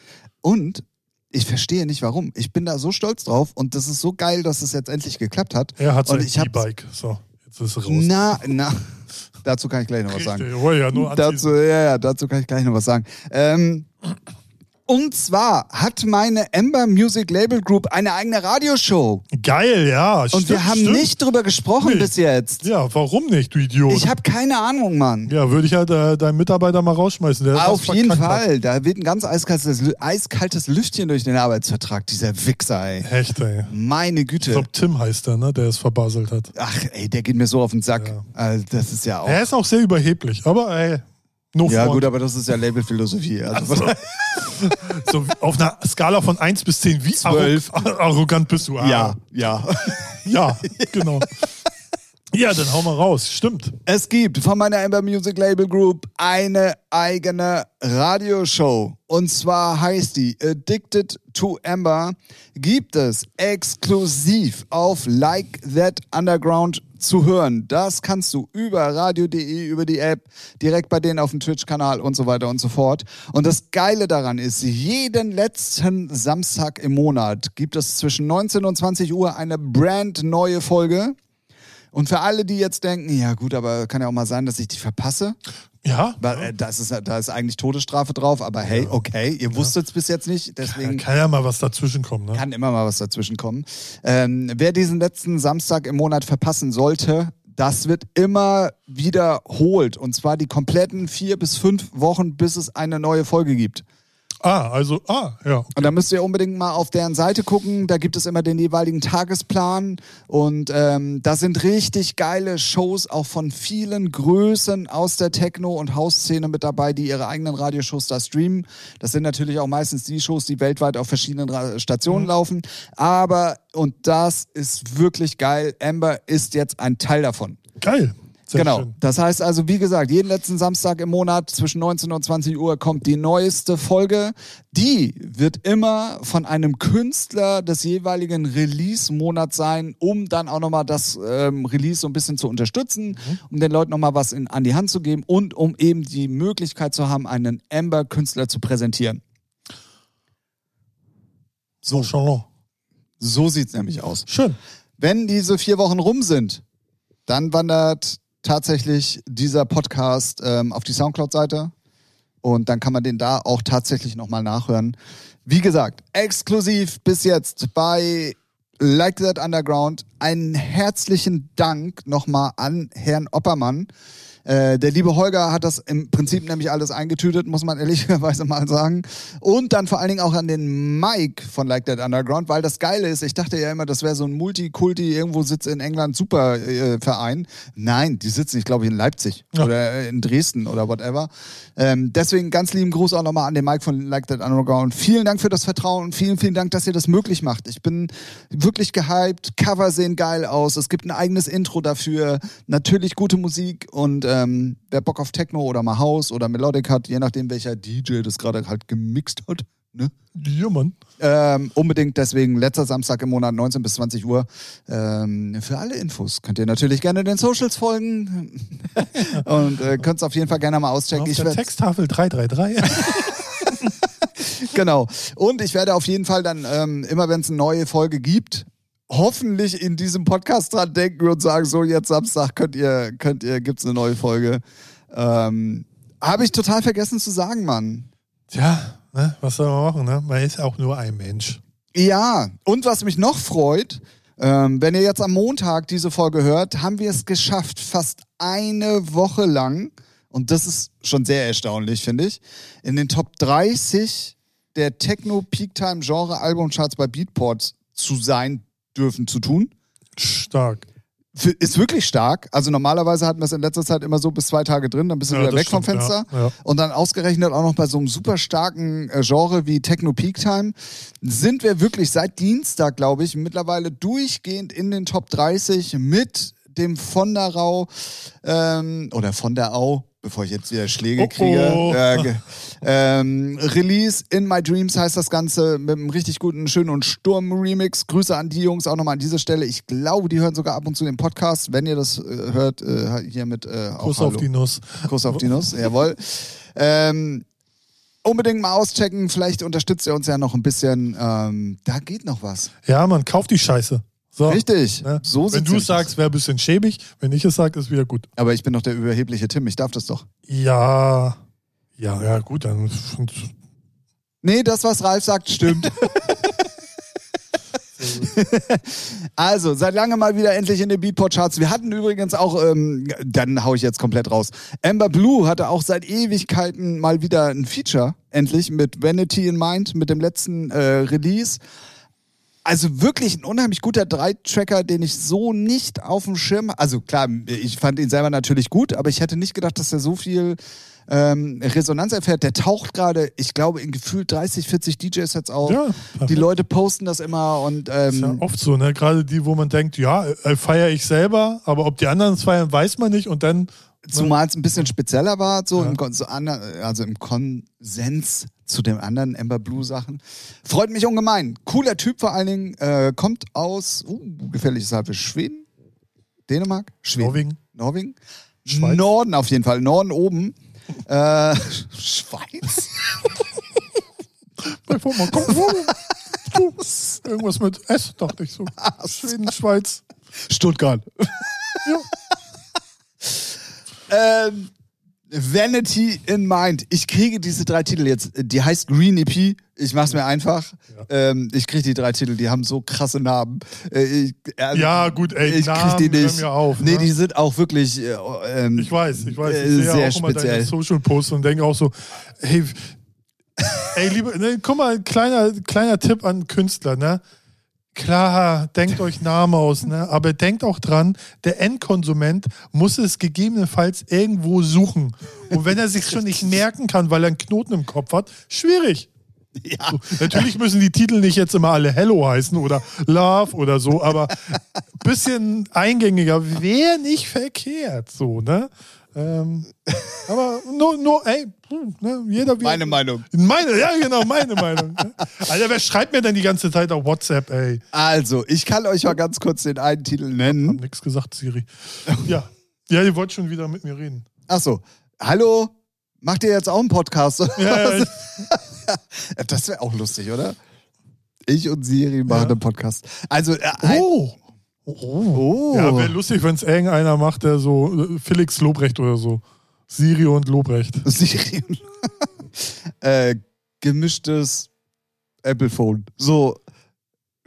Und ich verstehe nicht warum. Ich bin da so stolz drauf und das ist so geil, dass es jetzt endlich geklappt hat. Er hat und sein ich hab's- E-Bike. So, jetzt ist es raus. Na, na, dazu kann ich gleich noch was sagen. Richtig, wollte ja nur Dazu, anschließen. ja, ja, dazu kann ich gleich noch was sagen. Ähm, und zwar hat meine Ember Music Label Group eine eigene Radioshow. Geil, ja. Und wir haben nicht drüber gesprochen Nee. bis jetzt. Ja, warum nicht, du Idiot? Ich habe keine Ahnung, Mann. ja, würde ich halt äh, deinen Mitarbeiter mal rausschmeißen. Der das Ah, Auf jeden verkackt hat. Fall. Da weht ein ganz eiskaltes, Lü- eiskaltes Lüftchen durch den Arbeitsvertrag, dieser Wichser, ey. Echt, ey. Meine Ich Güte. glaube, Tim heißt der, ne, der es verbaselt hat. Ach, ey, der geht mir so auf den Sack. Ja. Also, das ist ja auch. Er ist auch sehr überheblich, aber ey, no Ja, front. gut, aber das ist ja Labelphilosophie. Also, So auf einer Skala von 1 bis 10, wie Zwölf. arro- arrogant bist du? Ah, ja, ja. Ja, genau. ja, dann hau mal raus. Stimmt. Es gibt von meiner Amber Music Label Group eine eigene Radioshow. Und zwar heißt die Addicted to Amber. Gibt es exklusiv auf Like That Underground zu hören. Das kannst du über radio.de, über die App, direkt bei denen auf dem Twitch-Kanal und so weiter und so fort. Und das Geile daran ist, jeden letzten Samstag im Monat gibt es zwischen 19 und 20 Uhr eine brandneue Folge. Und für alle, die jetzt denken, ja gut, aber kann ja auch mal sein, dass ich die verpasse. Ja? Weil, äh, Das ist, da ist eigentlich Todesstrafe drauf, aber hey, okay, ihr wusstet es bis jetzt nicht, deswegen Kann ja mal was dazwischen kommen, ne? kann immer mal was dazwischen kommen. Ähm, wer diesen letzten Samstag im Monat verpassen sollte, das wird immer wiederholt. Und zwar die kompletten vier bis fünf Wochen, bis es eine neue Folge gibt. Ah, also, ah, ja. Und da müsst ihr unbedingt mal auf deren Seite gucken. Da gibt es immer den jeweiligen Tagesplan. Und ähm, da sind richtig geile Shows auch von vielen Größen aus der Techno- und House-Szene mit dabei, die ihre eigenen Radioshows da streamen. Das sind natürlich auch meistens die Shows, die weltweit auf verschiedenen Ra Stationen laufen. Aber, und das ist wirklich geil, Amber ist jetzt ein Teil davon Geil. Sehr genau. schön. Das heißt also, wie gesagt, jeden letzten Samstag im Monat zwischen 19 und 20 Uhr kommt die neueste Folge. Die wird immer von einem Künstler des jeweiligen Release-Monats sein, um dann auch nochmal das ähm, Release so ein bisschen zu unterstützen, um den Leuten nochmal was in, an die Hand zu geben und um eben die Möglichkeit zu haben, einen Amber-Künstler zu präsentieren. So. Schon. So sieht's nämlich aus. Schön. Wenn diese vier Wochen rum sind, dann wandert tatsächlich dieser Podcast ähm, auf die Soundcloud-Seite und dann kann man den da auch tatsächlich nochmal nachhören. Wie gesagt, exklusiv bis jetzt bei Like That Underground. Einen herzlichen Dank nochmal an Herrn Oppermann. Äh, der liebe Holger hat das im Prinzip nämlich alles eingetütet, muss man ehrlicherweise mal sagen. Und dann vor allen Dingen auch an den Mike von Like That Underground, weil das Geile ist, ich dachte ja immer, das wäre so ein Multikulti, irgendwo sitzt in England super äh, Verein. Nein, die sitzen, ich glaube, in Leipzig Ja. oder äh, in Dresden oder whatever. Ähm, deswegen ganz lieben Gruß auch nochmal an den Mike von Like That Underground. Vielen Dank für das Vertrauen und vielen, vielen Dank, dass ihr das möglich macht. Ich bin wirklich gehypt. Cover sehen geil aus. Es gibt ein eigenes Intro dafür. Natürlich gute Musik und ähm, wer Bock auf Techno oder mal House oder Melodic hat, je nachdem welcher DJ das gerade halt gemixt hat, ne? Ja, Mann. Ähm, unbedingt deswegen letzter Samstag im Monat 19 bis 20 Uhr. Ähm, für alle Infos könnt ihr natürlich gerne den Socials folgen und äh, könnt es auf jeden Fall gerne mal auschecken. Auf Ich der werd's- Texttafel 333. genau. Und ich werde auf jeden Fall dann ähm, immer, wenn es eine neue Folge gibt, hoffentlich in diesem Podcast dran denken und sagen, so jetzt Samstag könnt ihr, könnt ihr, gibt's eine neue Folge. Ähm, Habe ich total vergessen zu sagen, Mann. Tja, ne? was soll man machen, ne? Man ist auch nur ein Mensch. Ja, und was mich noch freut, ähm, wenn ihr jetzt am Montag diese Folge hört, haben wir es geschafft, fast eine Woche lang, und das ist schon sehr erstaunlich, finde ich, in den Top 30 der Techno Peak Time Genre Albumcharts bei Beatport zu sein dürfen, zu tun. Stark. F- Ist wirklich stark. Also normalerweise hatten wir es in letzter Zeit immer so bis zwei Tage drin, dann bist du Ja, wieder das weg vom stimmt, Fenster. ja, ja. Und dann ausgerechnet auch noch bei so einem super starken äh, Genre wie Techno Peak Time sind wir wirklich seit Dienstag, glaube ich, mittlerweile durchgehend in den Top 30 mit dem von der Rau ähm, oder von der Au, bevor ich jetzt wieder Schläge Oh, kriege. oh. Äh, ge- ähm, Release in My Dreams heißt das Ganze mit einem richtig guten Schön und Sturm Remix. Grüße an die Jungs auch nochmal an dieser Stelle. Ich glaube, die hören sogar ab und zu den Podcast. Wenn ihr das äh, hört, äh, hiermit äh, auch Kuss Hallo. auf die Nuss. Kuss auf die Nuss, jawohl. Ähm, unbedingt mal auschecken, vielleicht unterstützt ihr uns ja noch ein bisschen. Ähm, da geht noch was. Ja, man, kauft die Scheiße. So, Richtig. Ne? So Wenn sieht's du nämlich aus. sagst, wäre ein bisschen schäbig. Wenn ich es sage, ist wieder gut. Aber ich bin doch der überhebliche Tim, ich darf das doch. Ja, ja, ja, gut, dann Nee, das, was Ralf sagt, stimmt. also, seit lange mal wieder endlich in den Beatport-Charts. Wir hatten übrigens auch, ähm, dann hau ich jetzt komplett raus. Amber Blue hatte auch seit Ewigkeiten mal wieder ein Feature, endlich, mit Vanity in Mind, mit dem letzten äh, Release. Also wirklich ein unheimlich guter Dreitracker, den ich so nicht auf dem Schirm. Also klar, ich fand ihn selber natürlich gut, aber ich hätte nicht gedacht, dass er so viel ähm, Resonanz erfährt. Der taucht gerade, ich glaube, in gefühlt 30, 40 DJ-Sets auf. Ja, die Leute posten das immer und ähm, ist ja oft so, ne? Gerade die, wo man denkt, ja, äh, feiere ich selber, aber ob die anderen es feiern, weiß man nicht. Und dann, ne, zumal es ein bisschen spezieller war, so im, Kon- so ander- also im Konsens zu den anderen Amber Blue Sachen. Freut mich ungemein. Cooler Typ vor allen Dingen, äh, kommt aus, uh, gefährliches Halbwissen, Schweden? Dänemark? Schweden? Norwegen. Norwegen? Schweiz. Norden auf jeden Fall, Norden oben. äh, Schweiz? Komm, komm, komm. Irgendwas mit S, dachte ich so. Schweden, Schweiz. Ah, Stuttgart. Ja. Ähm, Vanity in Mind. Ich kriege diese drei Titel jetzt. Die heißt Green EP. Ich mach's mir einfach. Ähm, ich kriege die drei Titel. Die haben so krasse Namen. Äh, ich, äh, Ja, gut, ey, ich Namen krieg die nicht. hören mir auf, nee, ne? die sind auch wirklich. Äh, ähm, Ich weiß, ich weiß. Ich äh, sehe ja sehr auch immer deine speziell. Social-Posts und denke auch so, hey, ey, liebe, ne, guck mal, kleiner, kleiner Tipp an Künstler, ne? Klar, denkt euch Namen aus, ne? Aber denkt auch dran, der Endkonsument muss es gegebenenfalls irgendwo suchen. Und wenn er sich schon nicht merken kann, weil er einen Knoten im Kopf hat, schwierig. Ja. So, natürlich müssen die Titel nicht jetzt immer alle Hello heißen oder Love oder so, aber bisschen eingängiger wäre nicht verkehrt, so, ne? Ähm, aber nur, nur, ey, hm, ne? jeder wie Meine Meinung. Meine, ja, genau, meine Meinung. Ne? Alter, wer schreibt mir denn die ganze Zeit auf WhatsApp, ey? Also, ich kann euch mal ganz kurz den einen Titel nennen. Nix gesagt, Siri. Ja. Ja, ihr wollt schon wieder mit mir reden. Achso. Hallo? Macht ihr jetzt auch einen Podcast? Ja, ja, ich- Das wäre auch lustig, oder? Ich und Siri machen Ja. einen Podcast. Also, äh, ein, oh. Oh. Oh. Ja, wäre lustig, wenn es irgendeiner macht, der so äh, Felix Lobrecht oder so. Siri und Lobrecht. Siri. äh, gemischtes Apple-Phone. So.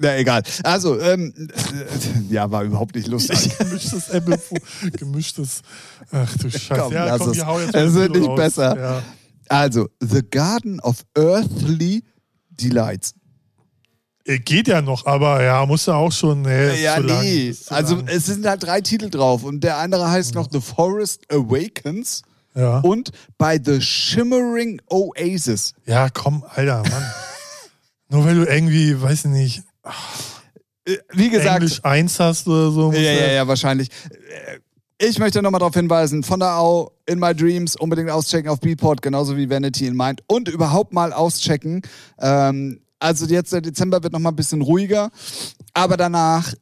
Na egal. Also, ähm, äh, ja, war überhaupt nicht lustig. gemischtes Apple gemischtes. Ach du Scheiße. Komm, ja, lass komm, es. die hau jetzt Es mal wird die nicht raus. besser. Ja. Also, The Garden of Earthly Delights. Äh, Geht ja noch, aber ja, muss ja auch schon. Nee, ist Äh, ja, zu lang, nee. ist zu Also, lang. es sind halt drei Titel drauf und der andere heißt noch The Forest Awakens ja. und By the Shimmering Oasis. ja, komm, Alter, Mann. Nur weil du irgendwie, weiß ich nicht, Äh, Wie gesagt, Englisch 1 hast oder so. musst Ja, ja, du- ja, wahrscheinlich. Äh, Ich möchte nochmal darauf hinweisen, von der Au, In My Dreams, unbedingt auschecken auf Beatport, genauso wie Vanity in Mind und überhaupt mal auschecken. Ähm, also jetzt der Dezember wird nochmal ein bisschen ruhiger, aber danach,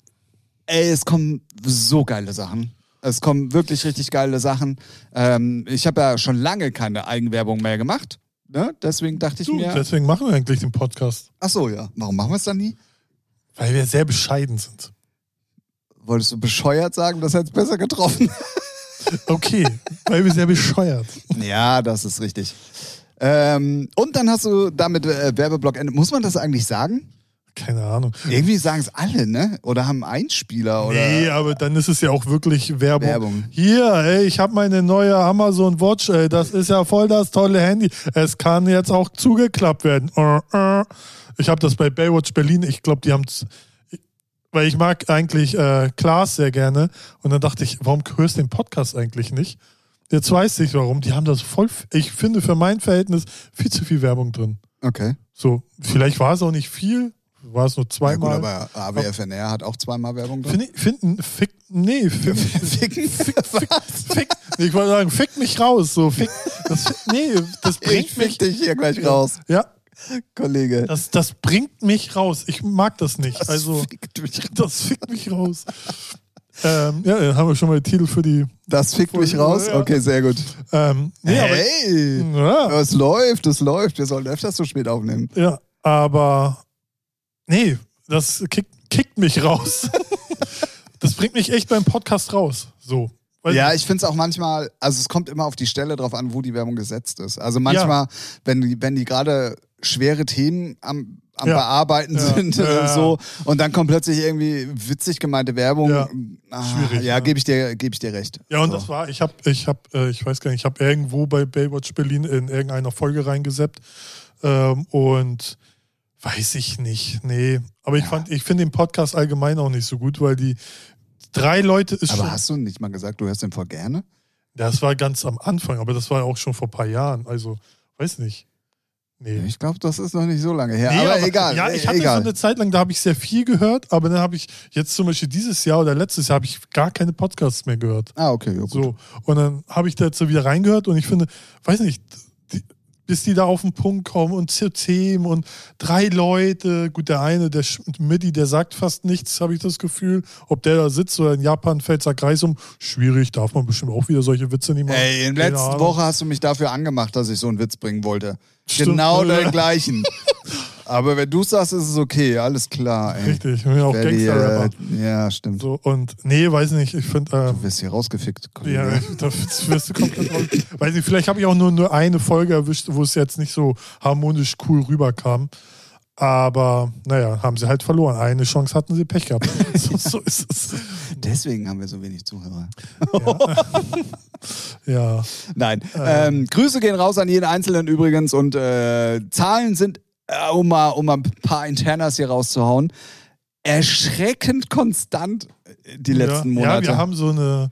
ey, es kommen so geile Sachen. Es kommen wirklich richtig geile Sachen. Ähm, ich habe ja schon lange keine Eigenwerbung mehr gemacht. Ne? Deswegen dachte ich Du, mir, Deswegen machen wir eigentlich den Podcast. ach so, ja, warum machen wir es dann nie? Weil wir sehr bescheiden sind. Wolltest du bescheuert sagen, das hätte es besser getroffen. Okay, weil wir sehr bescheuert. Ja, das ist richtig. Ähm, und dann hast du damit äh, Werbeblock endet. Muss man das eigentlich sagen? Keine Ahnung. Irgendwie sagen es alle, ne? Oder haben Einspieler oder. nee, aber dann ist es ja auch wirklich Werbung. Werbung. Hier, ey, ich habe meine neue Amazon Watch, ey, das ist ja voll das tolle Handy. Es kann jetzt auch zugeklappt werden. Äh, äh. Ich habe das bei Baywatch Berlin, ich glaube, die haben weil ich mag eigentlich äh, Klaas sehr gerne. Und dann dachte ich, warum hörst du den Podcast eigentlich nicht? Jetzt weiß ich warum. Die haben da so voll, ich finde für mein Verhältnis viel zu viel Werbung drin. Okay. So, vielleicht war es auch nicht viel, war es nur Ja, gut, zweimal. aber AWFNR hat auch zweimal Werbung drin. Find, finden, fick, nee, fick, Ficken. fick, fick, nee, ich wollte sagen, fick mich raus, so, fick, das, nee, das Ich bringt fick mich, dich hier gleich raus, ja, Kollege. das, das bringt mich raus, ich mag das nicht, Das also, fickt mich, das fickt mich raus. ähm, ja, dann haben wir schon mal den Titel für die, das fickt mich raus? Okay, sehr gut. ähm, nee, Hey! aber, ja, Es läuft, es läuft. Wir sollen öfters so spät aufnehmen. Ja, aber nee, das kickt, kickt mich raus. das bringt mich echt beim Podcast raus. So. Weil- ja, ich finde es auch manchmal, also es kommt immer auf die Stelle drauf an, wo die Werbung gesetzt ist. Also manchmal, wenn die, wenn die gerade schwere Themen am, am Ja. Bearbeiten Ja. sind äh, Ja. so und dann kommt plötzlich irgendwie witzig gemeinte Werbung. Ja. Ah, Schwierig, Ja, ja. gebe ich dir, gebe ich dir recht. Ja, und so. das war, ich hab, ich hab, äh, ich weiß gar nicht, ich hab irgendwo bei Baywatch Berlin in irgendeiner Folge reingeseppt. Ähm, und weiß ich nicht, nee. Aber ich Ja. fand, ich finde den Podcast allgemein auch nicht so gut, weil die drei Leute ist Aber schon. hast du nicht mal gesagt, du hörst den voll gerne? Das war ganz am Anfang, aber das war auch schon vor ein paar Jahren. Also, weiß nicht. Nee. Ich glaube, das ist noch nicht so lange her. Nee, aber, egal. Ja, ich hatte so egal. eine Zeit lang, da habe ich sehr viel gehört, aber dann habe ich jetzt zum Beispiel dieses Jahr oder letztes Jahr habe ich gar keine Podcasts mehr gehört. Ah, okay, ja, gut. So. Und dann habe ich da jetzt so wieder reingehört und ich finde, weiß nicht, die, bis die da auf den Punkt kommen und zu Themen und drei Leute, gut, der eine, der Sch- Midi, der sagt fast nichts, habe ich das Gefühl. Ob der da sitzt oder in Japan fällt sein Kreis um, schwierig, darf man bestimmt auch wieder solche Witze nicht machen. Ey, in Keine der letzten Ahnung. Woche hast du mich dafür angemacht, dass ich so einen Witz bringen wollte. Stimmt. Genau den gleichen. Aber wenn du sagst, ist es okay, alles klar. Ey. Richtig, ich bin ja auch Wer die, Gangster-Rapper. äh, ja, stimmt. So, und nee, weiß nicht, ich finde. Ähm, Du wirst hier rausgefickt. ne? Kollege. Ja, da wirst du komplett raus. Weiß nicht, vielleicht habe ich auch nur, nur eine Folge erwischt, wo es jetzt nicht so harmonisch cool rüberkam. Aber naja, haben sie halt verloren. Eine Chance hatten sie Pech gehabt. So, so ist es. Deswegen haben wir so wenig Zuhörer. Ah, Ja. Nein. Ähm, Grüße gehen raus an jeden Einzelnen übrigens und äh, Zahlen sind, äh, um, mal, um mal ein paar Internas hier rauszuhauen, erschreckend konstant äh, die letzten ja. Monate. Ja, wir haben so eine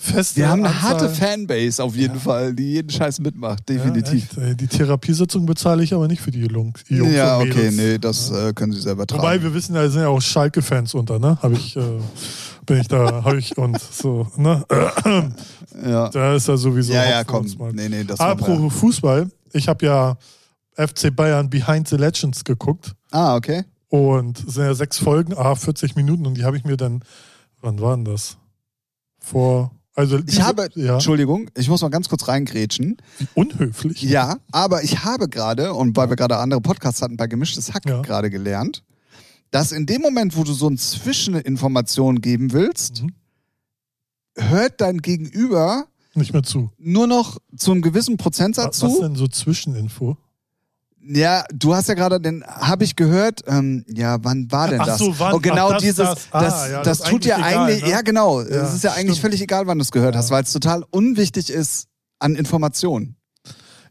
feste. Wir haben eine Anzahl- harte Fanbase auf jeden Fall, die jeden Scheiß mitmacht, definitiv. also Ja, echt, ey. die Therapiesitzung bezahle ich aber nicht für die Jungs. die Jungs Ja, und okay, Mädels. nee, das äh, können Sie selber tragen. Wobei wir wissen, da sind ja auch Schalke-Fans unter, ne? Habe ich, äh, bin ich da, habe ich und so, ne? ja, Da ist ja sowieso. ja, ja, Hopfen komm. und Malz. Nee, nee, das machen wir. Apropos Fußball, ich habe ja FC Bayern Behind the Legends geguckt Ah, okay. und es sind ja sechs Folgen, ah, 40 Minuten und die habe ich mir dann, wann waren das? Vor, also Ich habe, ja, Entschuldigung, ich muss mal ganz kurz reingrätschen. wie unhöflich. Ja, aber ich habe gerade, und weil wir gerade andere Podcasts hatten, bei Gemischtes Hack Ja. gerade gelernt, dass in dem Moment, wo du so eine Zwischeninformation geben willst, Mhm. hört dein Gegenüber Nicht mehr zu. nur noch zu einem gewissen Prozentsatz Was, was zu. denn so Zwischeninfo? Ja, du hast ja gerade den, habe ich gehört, ähm, ja, wann war denn Ach das? so, wann Und genau war das, dieses, das? Ah, das, ja, das, das ist tut ja eigentlich egal, eigentlich, ne? ja genau, Ja, es ist ja eigentlich stimmt. völlig egal, wann du es gehört Ja. hast, weil es total unwichtig ist an Informationen.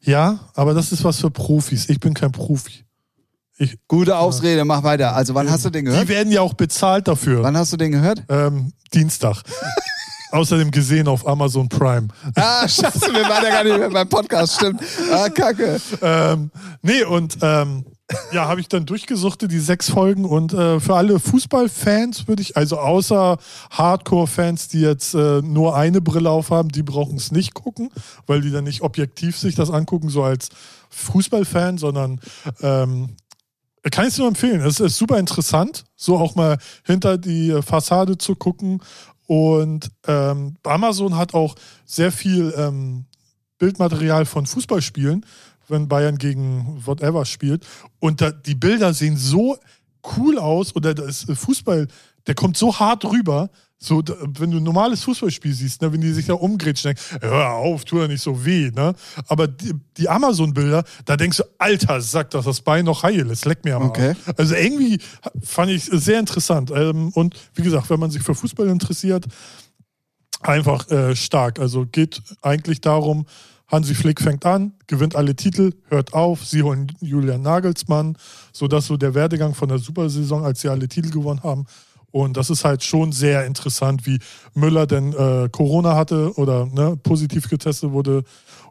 Ja, aber das ist was für Profis. Ich bin kein Profi. Gute Ausrede, mach weiter. Also wann hast du den Die gehört? werden ja auch bezahlt dafür. Wann hast du den gehört? Ähm, Dienstag. Außerdem gesehen auf Amazon Prime. Ah, scheiße, wir waren ja gar nicht mehr beim Podcast, stimmt. Ah, kacke. ähm, nee, und ähm, ja, habe ich dann durchgesuchtet, die sechs Folgen. Und äh, für alle Fußballfans würde ich, also außer Hardcore-Fans, die jetzt äh, nur eine Brille aufhaben, die brauchen es nicht gucken, weil die dann nicht objektiv sich das angucken, so als Fußballfan, sondern ähm, kann ich es nur empfehlen. Es ist super interessant, so auch mal hinter die äh, Fassade zu gucken. Und ähm, Amazon hat auch sehr viel ähm, Bildmaterial von Fußballspielen, wenn Bayern gegen whatever spielt. Und da, die Bilder sehen so cool aus oder das Fußball, der kommt so hart rüber. So, da- wenn du ein normales Fußballspiel siehst, ne, wenn die sich da umgrätschen, denkst, hör auf, tu ja nicht so weh, ne? Aber die, die Amazon-Bilder, da denkst du, Alter, sag, dass das Bein noch heil ist, leck mir am Okay. Arsch. Also irgendwie fand ich es sehr interessant. Ähm, und wie gesagt, wenn man sich für Fußball interessiert, einfach äh, stark. Also geht eigentlich darum, Hansi Flick fängt an, gewinnt alle Titel, hört auf, sie holen Julian Nagelsmann, sodass so der Werdegang von der Supersaison, als sie alle Titel gewonnen haben. Und das ist halt schon sehr interessant, wie Müller denn äh, Corona hatte oder ne, positiv getestet wurde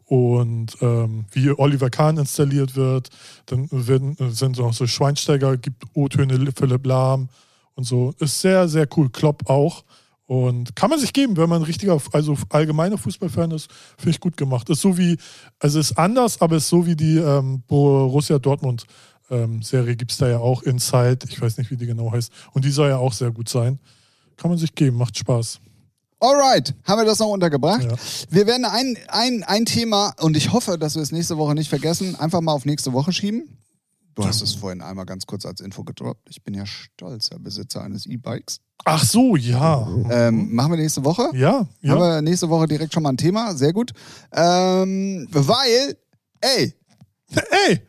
und ähm, wie Oliver Kahn installiert wird. Dann werden, äh, sind noch so Schweinsteiger, gibt O-Töne, Philipp Lahm und so. Ist sehr, sehr cool. Klopp auch. Und kann man sich geben, wenn man ein richtiger, also allgemeiner Fußballfan ist, finde ich gut gemacht. Ist so wie, also ist anders, aber ist so wie die ähm, Borussia Dortmund ähm, Serie gibt es da ja auch Inside, ich weiß nicht, wie die genau heißt. Und die soll ja auch sehr gut sein. Kann man sich geben, macht Spaß. Alright, haben wir das noch untergebracht? Ja. Wir werden ein, ein, ein Thema, und ich hoffe, dass wir es nächste Woche nicht vergessen, einfach mal auf nächste Woche schieben. Du hast es vorhin einmal ganz kurz als Info gedroppt. Ich bin ja stolzer Besitzer eines E-Bikes. Ach so, ja. Ähm, machen wir nächste Woche? Ja, Mhm. ja. Haben wir nächste Woche direkt schon mal ein Thema. Sehr gut. Ähm, weil, ey, Ey,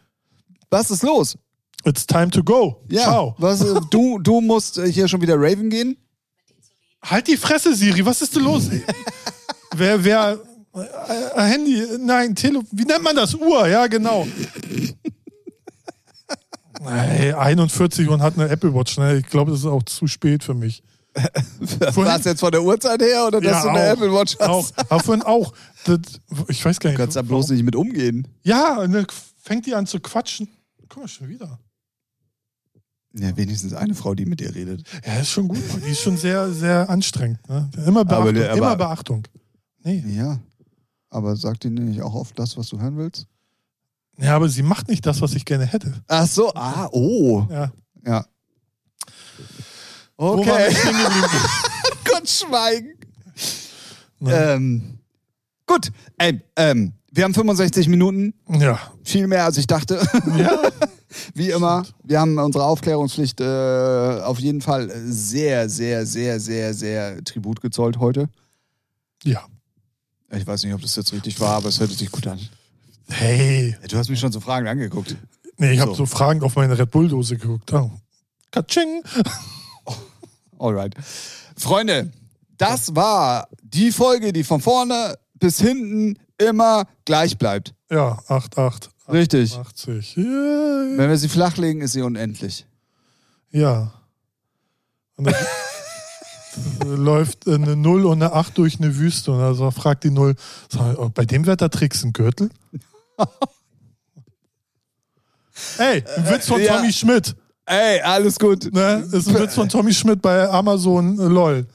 was ist los? it's time to go. Ja, Ciao. was, äh, du, du musst äh, hier schon wieder Raven gehen. Halt die Fresse, Siri, was ist denn los? ey? wer, wer, äh, äh, Handy, äh, nein, Telefon, wie nennt man das? Uhr, ja, genau. Ey, 41 und hat eine Apple Watch, ne? Ich glaube, das ist auch zu spät für mich. Vorhin- War es jetzt von der Uhrzeit her oder dass du eine auch. Apple Watch hast? Auch, aber vorhin auch. Das, ich weiß gar Du nicht. kannst da bloß nicht mit umgehen. Ja, und dann fängt die an zu quatschen. Guck mal, schon wieder. Ja, wenigstens eine Frau, die mit dir redet. Ja, ist schon gut. Die ist schon sehr, sehr anstrengend. Ne? Immer Beachtung. Aber- aber- immer Beachtung. Nee. Ja. Aber sagt ihnen nicht auch oft das, was du hören willst? Ja, aber sie macht nicht das, was ich gerne hätte. Ach so, ah, oh. Ja. Ja. Wo war Okay, ich stehen geblieben? gut schweigen. Ne? Ähm, gut, ey, ähm, wir haben 65 Minuten, ja. viel mehr als ich dachte. Ja. Wie immer, wir haben unsere Aufklärungspflicht äh, auf jeden Fall sehr, sehr, sehr, sehr, sehr Tribut gezollt heute. Ja. Ich weiß nicht, ob das jetzt richtig war, aber es hörte sich gut an. Hey. Du hast mich schon so fragend angeguckt. Nee, ich habe So. so. fragend auf meine Red Bull-Dose geguckt. Oh. Katsching. Alright. Freunde, das war die Folge, die von vorne bis hinten immer gleich bleibt. Ja, 8, 8. Richtig. 80. Yeah. Wenn wir sie flachlegen, ist sie unendlich. Ja. Und dann läuft eine Null und eine Acht durch eine Wüste und also fragt die Null, sag, oh, bei dem Wetter trägst du einen Gürtel? Ey, ein Witz von Äh, ja. Tommy Schmidt. Ey, alles gut. Ne? Ist ein Witz von Tommy Schmidt bei Amazon äh, LOL.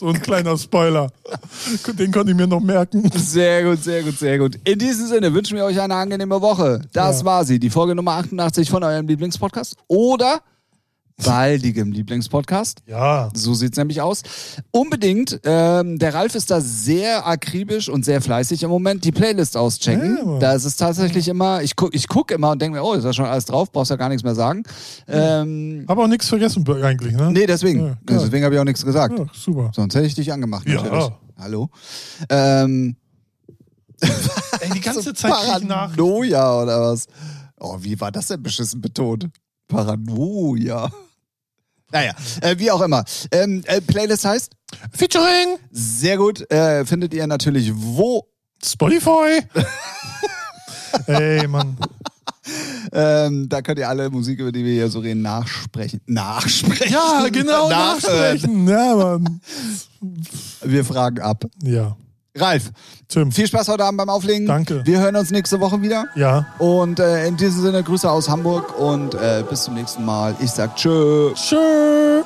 So ein kleiner Spoiler. Den konnte ich mir noch merken. Sehr gut, sehr gut, sehr gut. In diesem Sinne wünschen wir euch eine angenehme Woche. Das Ja. war sie, die Folge Nummer 88 von eurem Lieblingspodcast oder baldigem Lieblingspodcast. Ja. So sieht's nämlich aus. Unbedingt, ähm, der Ralf ist da sehr akribisch und sehr fleißig im Moment, die Playlist auschecken. Ja, Mann. da ist es tatsächlich immer, ich guck, ich guck immer und denke mir, oh, ist da schon alles drauf, brauchst ja gar nichts mehr sagen. Ähm, Hab auch nichts vergessen eigentlich, ne? nee, deswegen. Ja, klar. deswegen habe ich auch nichts gesagt. Ja, super. Sonst hätte ich dich angemacht, Ja. natürlich. Hallo. Ähm, Ey, die ganze Zeit krieg ich nach. Paranoia oder was? Oh, wie war das denn beschissen betont? Paranoia. Naja, äh, wie auch immer. Ähm, äh, Playlist heißt, Featuring sehr gut, äh, findet ihr natürlich wo. Spotify. Ey, Mann. Ähm, da könnt ihr alle Musik, über die wir hier so reden, nachsprechen. Nachsprechen. Ja, genau, Nachhören. nachsprechen. Ja, Mann. Wir fragen ab. Ja, Ralf, Tim. viel Spaß heute Abend beim Auflegen. Danke. Wir hören uns nächste Woche wieder. Ja. Und äh, in diesem Sinne Grüße aus Hamburg und äh, bis zum nächsten Mal. Ich sag tschö. Tschüss.